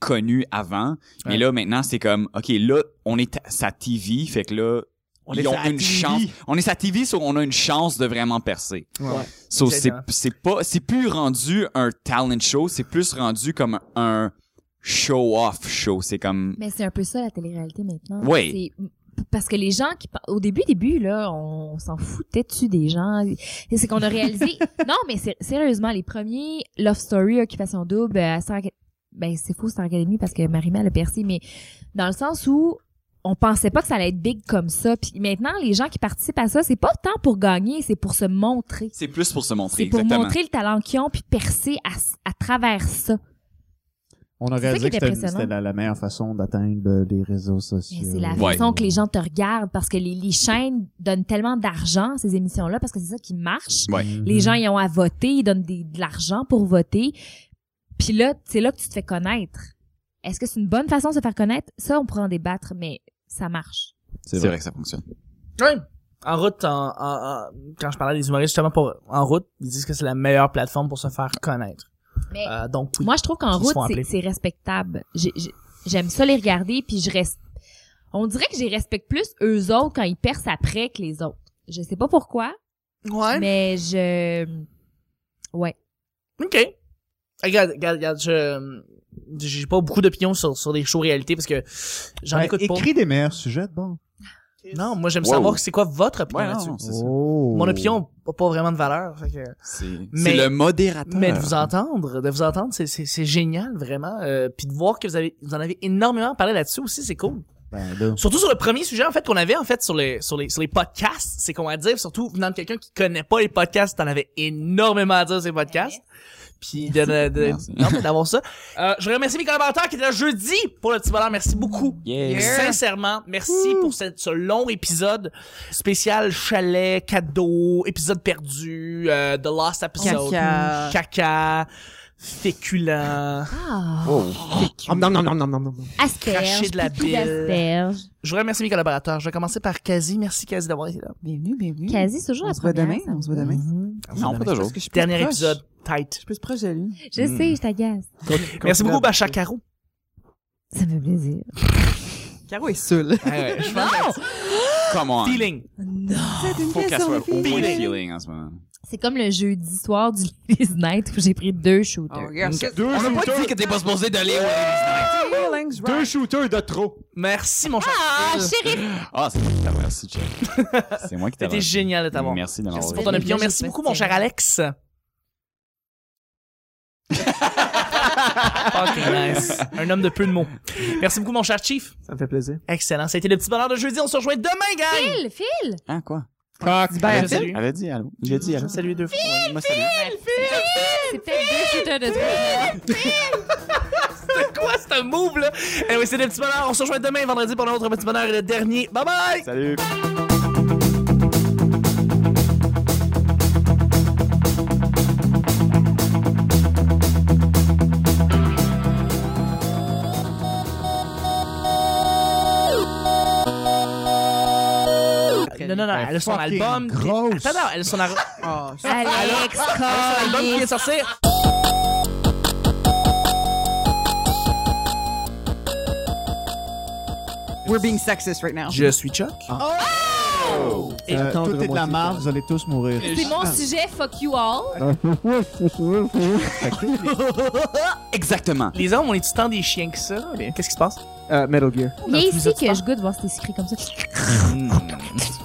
G: connus avant, mais
D: Ouais.
G: là maintenant c'est comme ok là on est à sa TV, fait que là
F: On
G: ils
F: est
G: ont
F: sa
G: une
F: TV.
G: chance, on est sa TV, so on a une chance de vraiment percer.
D: Ouais.
G: So, c'est
D: Exactement.
G: c'est pas c'est plus rendu un talent show, c'est plus rendu comme un show off show. C'est comme
C: Mais c'est un peu ça la télé-réalité maintenant.
G: Oui.
C: C'est- Parce que les gens qui par- au début début là, on, on s'en foutait dessus des gens. Et C'est qu'on a
G: [laughs]
C: réalisé. non, mais sé- sérieusement, les premiers Love Story, Occupation Double, euh, à Star Acad- ben c'est faux, Star Academy parce que Marie-Mère l'a percé, mais dans le sens où on pensait pas que ça allait être big comme ça. Puis maintenant, les gens qui participent à ça, c'est pas tant pour gagner, c'est pour se montrer.
G: c'est plus pour se montrer
C: C'est pour
G: exactement.
C: montrer le talent qu'ils ont puis percer à, s- à travers ça.
E: On
C: C'est ça
E: aurait
C: qui est
E: dit que c'était
C: impressionnant.
E: c'était la, la meilleure façon d'atteindre euh, les réseaux sociaux.
C: Mais c'est la
G: Ouais.
C: façon que les gens te regardent parce que les, les chaînes donnent tellement d'argent à ces émissions-là parce que c'est ça qui marche.
G: Ouais.
D: Mhm.
C: Les gens y ont à voter, ils donnent des- de l'argent pour voter. Puis là, c'est là que tu te fais connaître. Est-ce que c'est une bonne façon de se faire connaître? Ça, on pourrait en débattre, mais ça marche.
G: C'est vrai que ça fonctionne.
D: Ouais. En route, en, en- en- quand je parlais des humoristes, justement, pour, en route, ils disent que c'est la meilleure plateforme pour se faire connaître.
C: Mais
D: Euh, donc, oui.
C: Moi, je trouve qu'en
D: Ils se
C: route,
D: font
C: c'est-
D: appeler.
C: c'est respectable. J'ai- j'ai- J'aime ça les regarder, puis je reste. On dirait que j'y respecte plus eux autres quand ils percent après que les autres. Je sais pas pourquoi,
D: ouais.
C: mais je. Ouais.
D: OK. Regarde, regarde, regarde, je, j'ai pas beaucoup d'opinions sur, sur les shows réalité parce que j'en
E: Ben,
D: écoute pas.
E: écris des meilleurs sujets de bon.
D: Non, moi, j'aime
G: Wow.
D: savoir c'est quoi votre opinion
G: Ouais, non, Oh.
D: là-dessus.
G: c'est ça.
E: Oh.
D: Mon opinion n'a pas vraiment de valeur. fait que-
G: C'est c'est
D: Mais-
G: le modérateur.
D: Mais de vous entendre, de vous entendre, c'est, c'est, c'est génial, vraiment. Euh, puis de voir que vous, avez, vous en avez énormément parlé là-dessus aussi, c'est cool.
E: Ben, là.
D: Surtout sur le premier sujet, en fait, qu'on avait, en fait, sur les, sur les, sur les podcasts, c'est qu'on va dire, surtout venant de quelqu'un qui connaît pas les podcasts, t'en avais énormément à dire sur les podcasts. Puis de, de- de-
G: Merci.
D: non, mais d'avoir ça. [laughs] Euh, je remercie mes collaborateurs qui étaient là jeudi pour le petit bonheur. Merci beaucoup.
G: Yeah.
D: Sincèrement, merci pour ce, ce long épisode spécial chalet, cadeau, épisode perdu, euh, The Lost Episode,
B: Caca.
D: caca féculent.
C: Ah.
G: Oh.
F: Om nom nom nom nom nom nom.
C: Asperge.
D: de la
C: pipi
D: bile. Mmh.
C: d'asperge.
D: Je voudrais remercier mes collaborateurs. Je vais commencer par Kazi. Merci Kazi d'avoir été là.
B: Bienvenue, bienvenue.
C: Quasi, c'est toujours
B: On
C: la
B: se voit
C: première.
B: demain,
C: ça. Mmh.
B: on se voit demain.
G: Non, pas
B: Je
G: toujours.
B: pense que je suis plus
D: Dernier
B: proche.
D: épisode, tight.
B: Je suis plus proche de lui.
C: Je sais, je t'agace.
D: Merci beaucoup, Bacha Caro.
C: Ça me fait plaisir.
B: Caro est seule.
D: Ah
G: je pense Come on.
D: Feeling.
B: [laughs] C'est une
G: Oh, Faut qu'elle soit
B: question
G: au point
B: de
D: feeling.
G: feeling en ce moment.
C: C'est comme le jeudi soir du [laughs] Ladies Night où j'ai pris deux
B: Ah,
C: shooters.
B: Oh,
E: Deux
G: On n'a pas dit que t'es pas supposé d'aller au
E: Deux shooters de trop.
D: Merci, mon cher. Euh,
C: Ah, chérie!
G: Ah, c'est moi qui t'avais reçu, Jeff.
D: [laughs]
G: C'est moi qui t'avais
D: C'était
G: reçu.
D: génial de t'avoir.
G: Merci d'avoir
D: Merci
G: reçu.
D: pour ton
C: Oui,
D: opinion.
C: je
D: Merci
C: me
D: beaucoup, mon
C: tiens.
D: cher Alex. [laughs] Fucking nice. Un homme de peu de mots. Merci beaucoup, mon cher Chief.
F: Ça me fait plaisir.
D: Excellent. Ça a été le petit bonheur de jeudi. On se rejoint demain,
C: Phil,
D: gang.
C: Phil!
G: Hein, quoi?
B: Ben,
D: Je salue.
G: Elle avait dit allô. J'ai dit allô.
D: Ah, Salut deux fois.
G: Ouais, moi, salut.
C: C'est peut-être deux shooters de Mmh.
D: C'est quoi ce move là? Anyway, c'est le petit bonheur. On se rejoint demain, vendredi, pour un autre petit bonheur et le dernier. Bye bye!
G: Salut.
D: [laughs] Non, non, non, elle a son
E: fucking
D: album.
E: grosse.
D: Attends, non, elle a son, ar-
B: Oh, je-
D: [laughs]
C: Alex
D: son album qui vient
C: Collier.
D: de sortir.
B: We're being sexist right now.
D: Je suis Chuck.
E: Euh,
F: Attends,
E: tout est de la
F: remonter,
E: marde, vous allez tous mourir. Ah,
C: C'est mon sujet, fuck you all.
E: Fait que-
G: Exactement.
D: Les hommes, on est tout le temps des chiens que ça? Qu'est-ce qui se passe?
F: euh, Metal Gear.
C: Il y a ici que je goûte voir si c'est écrit comme ça.
D: Hmm.
G: Mm.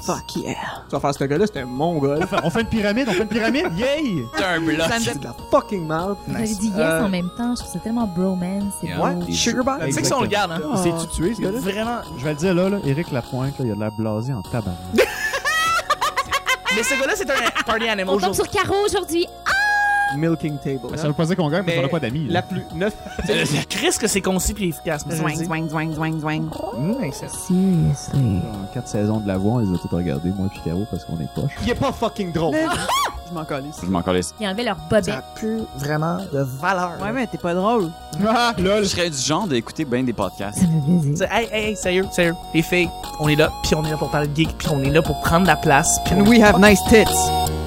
B: Fuck yeah.
F: Tu vas faire ce gars-là, c'est un [laughs] mongol.
E: On fait une pyramide, on fait une [laughs] pyramide, yay!
G: C'est un bloc.
B: Ça me
F: C'est de la fucking merde.
C: Vous avez dit yes
F: Euh,
C: en même temps. Je trouve ça tellement bromance. C'est
G: Yeah.
C: beau.
G: Des
F: Sugarbox?
D: Tu sais que si on le garde, hein?
E: Il s'est-tu tué, ce gars-là?
D: Vraiment.
E: Je vais le dire là, là, Éric Lapointe, là, il a de la blasée en tabac.
D: Mais ce gars-là, c'est un party animal.
C: On tombe sur Caro aujourd'hui.
F: Milking Table.
E: ça veut pas dire qu'on gagne parce qu'on a pas d'amis.
F: La plus neuf.
D: Euh, Chris, que c'est concis puis efficace. mais je
B: Zwang,
D: le dis.
B: zwang, zwang, zwang, zwang.
D: Mmh, c'est-
C: Seriously.
E: En quatre saisons de la voix, ils ont tout regardé, moi puis Caro, parce qu'on est poche.
F: Il est pas fucking drôle.
B: [laughs] Je m'en calisse.
G: Je m'en calisse.
C: Ils enlevaient leur bobette.
D: Ça a plus vraiment de valeur.
B: Ouais, mais t'es pas drôle.
E: Ah,
G: Je
E: lol!
G: serais du genre d'écouter bien des podcasts.
C: Ça me fait plaisir.
D: C'est- Hey, hey, hey, sérieux, sérieux. Les filles, on est là, puis on est là pour parler de geek, puis on est là pour prendre la place. Puis on-
B: And we have nice tits.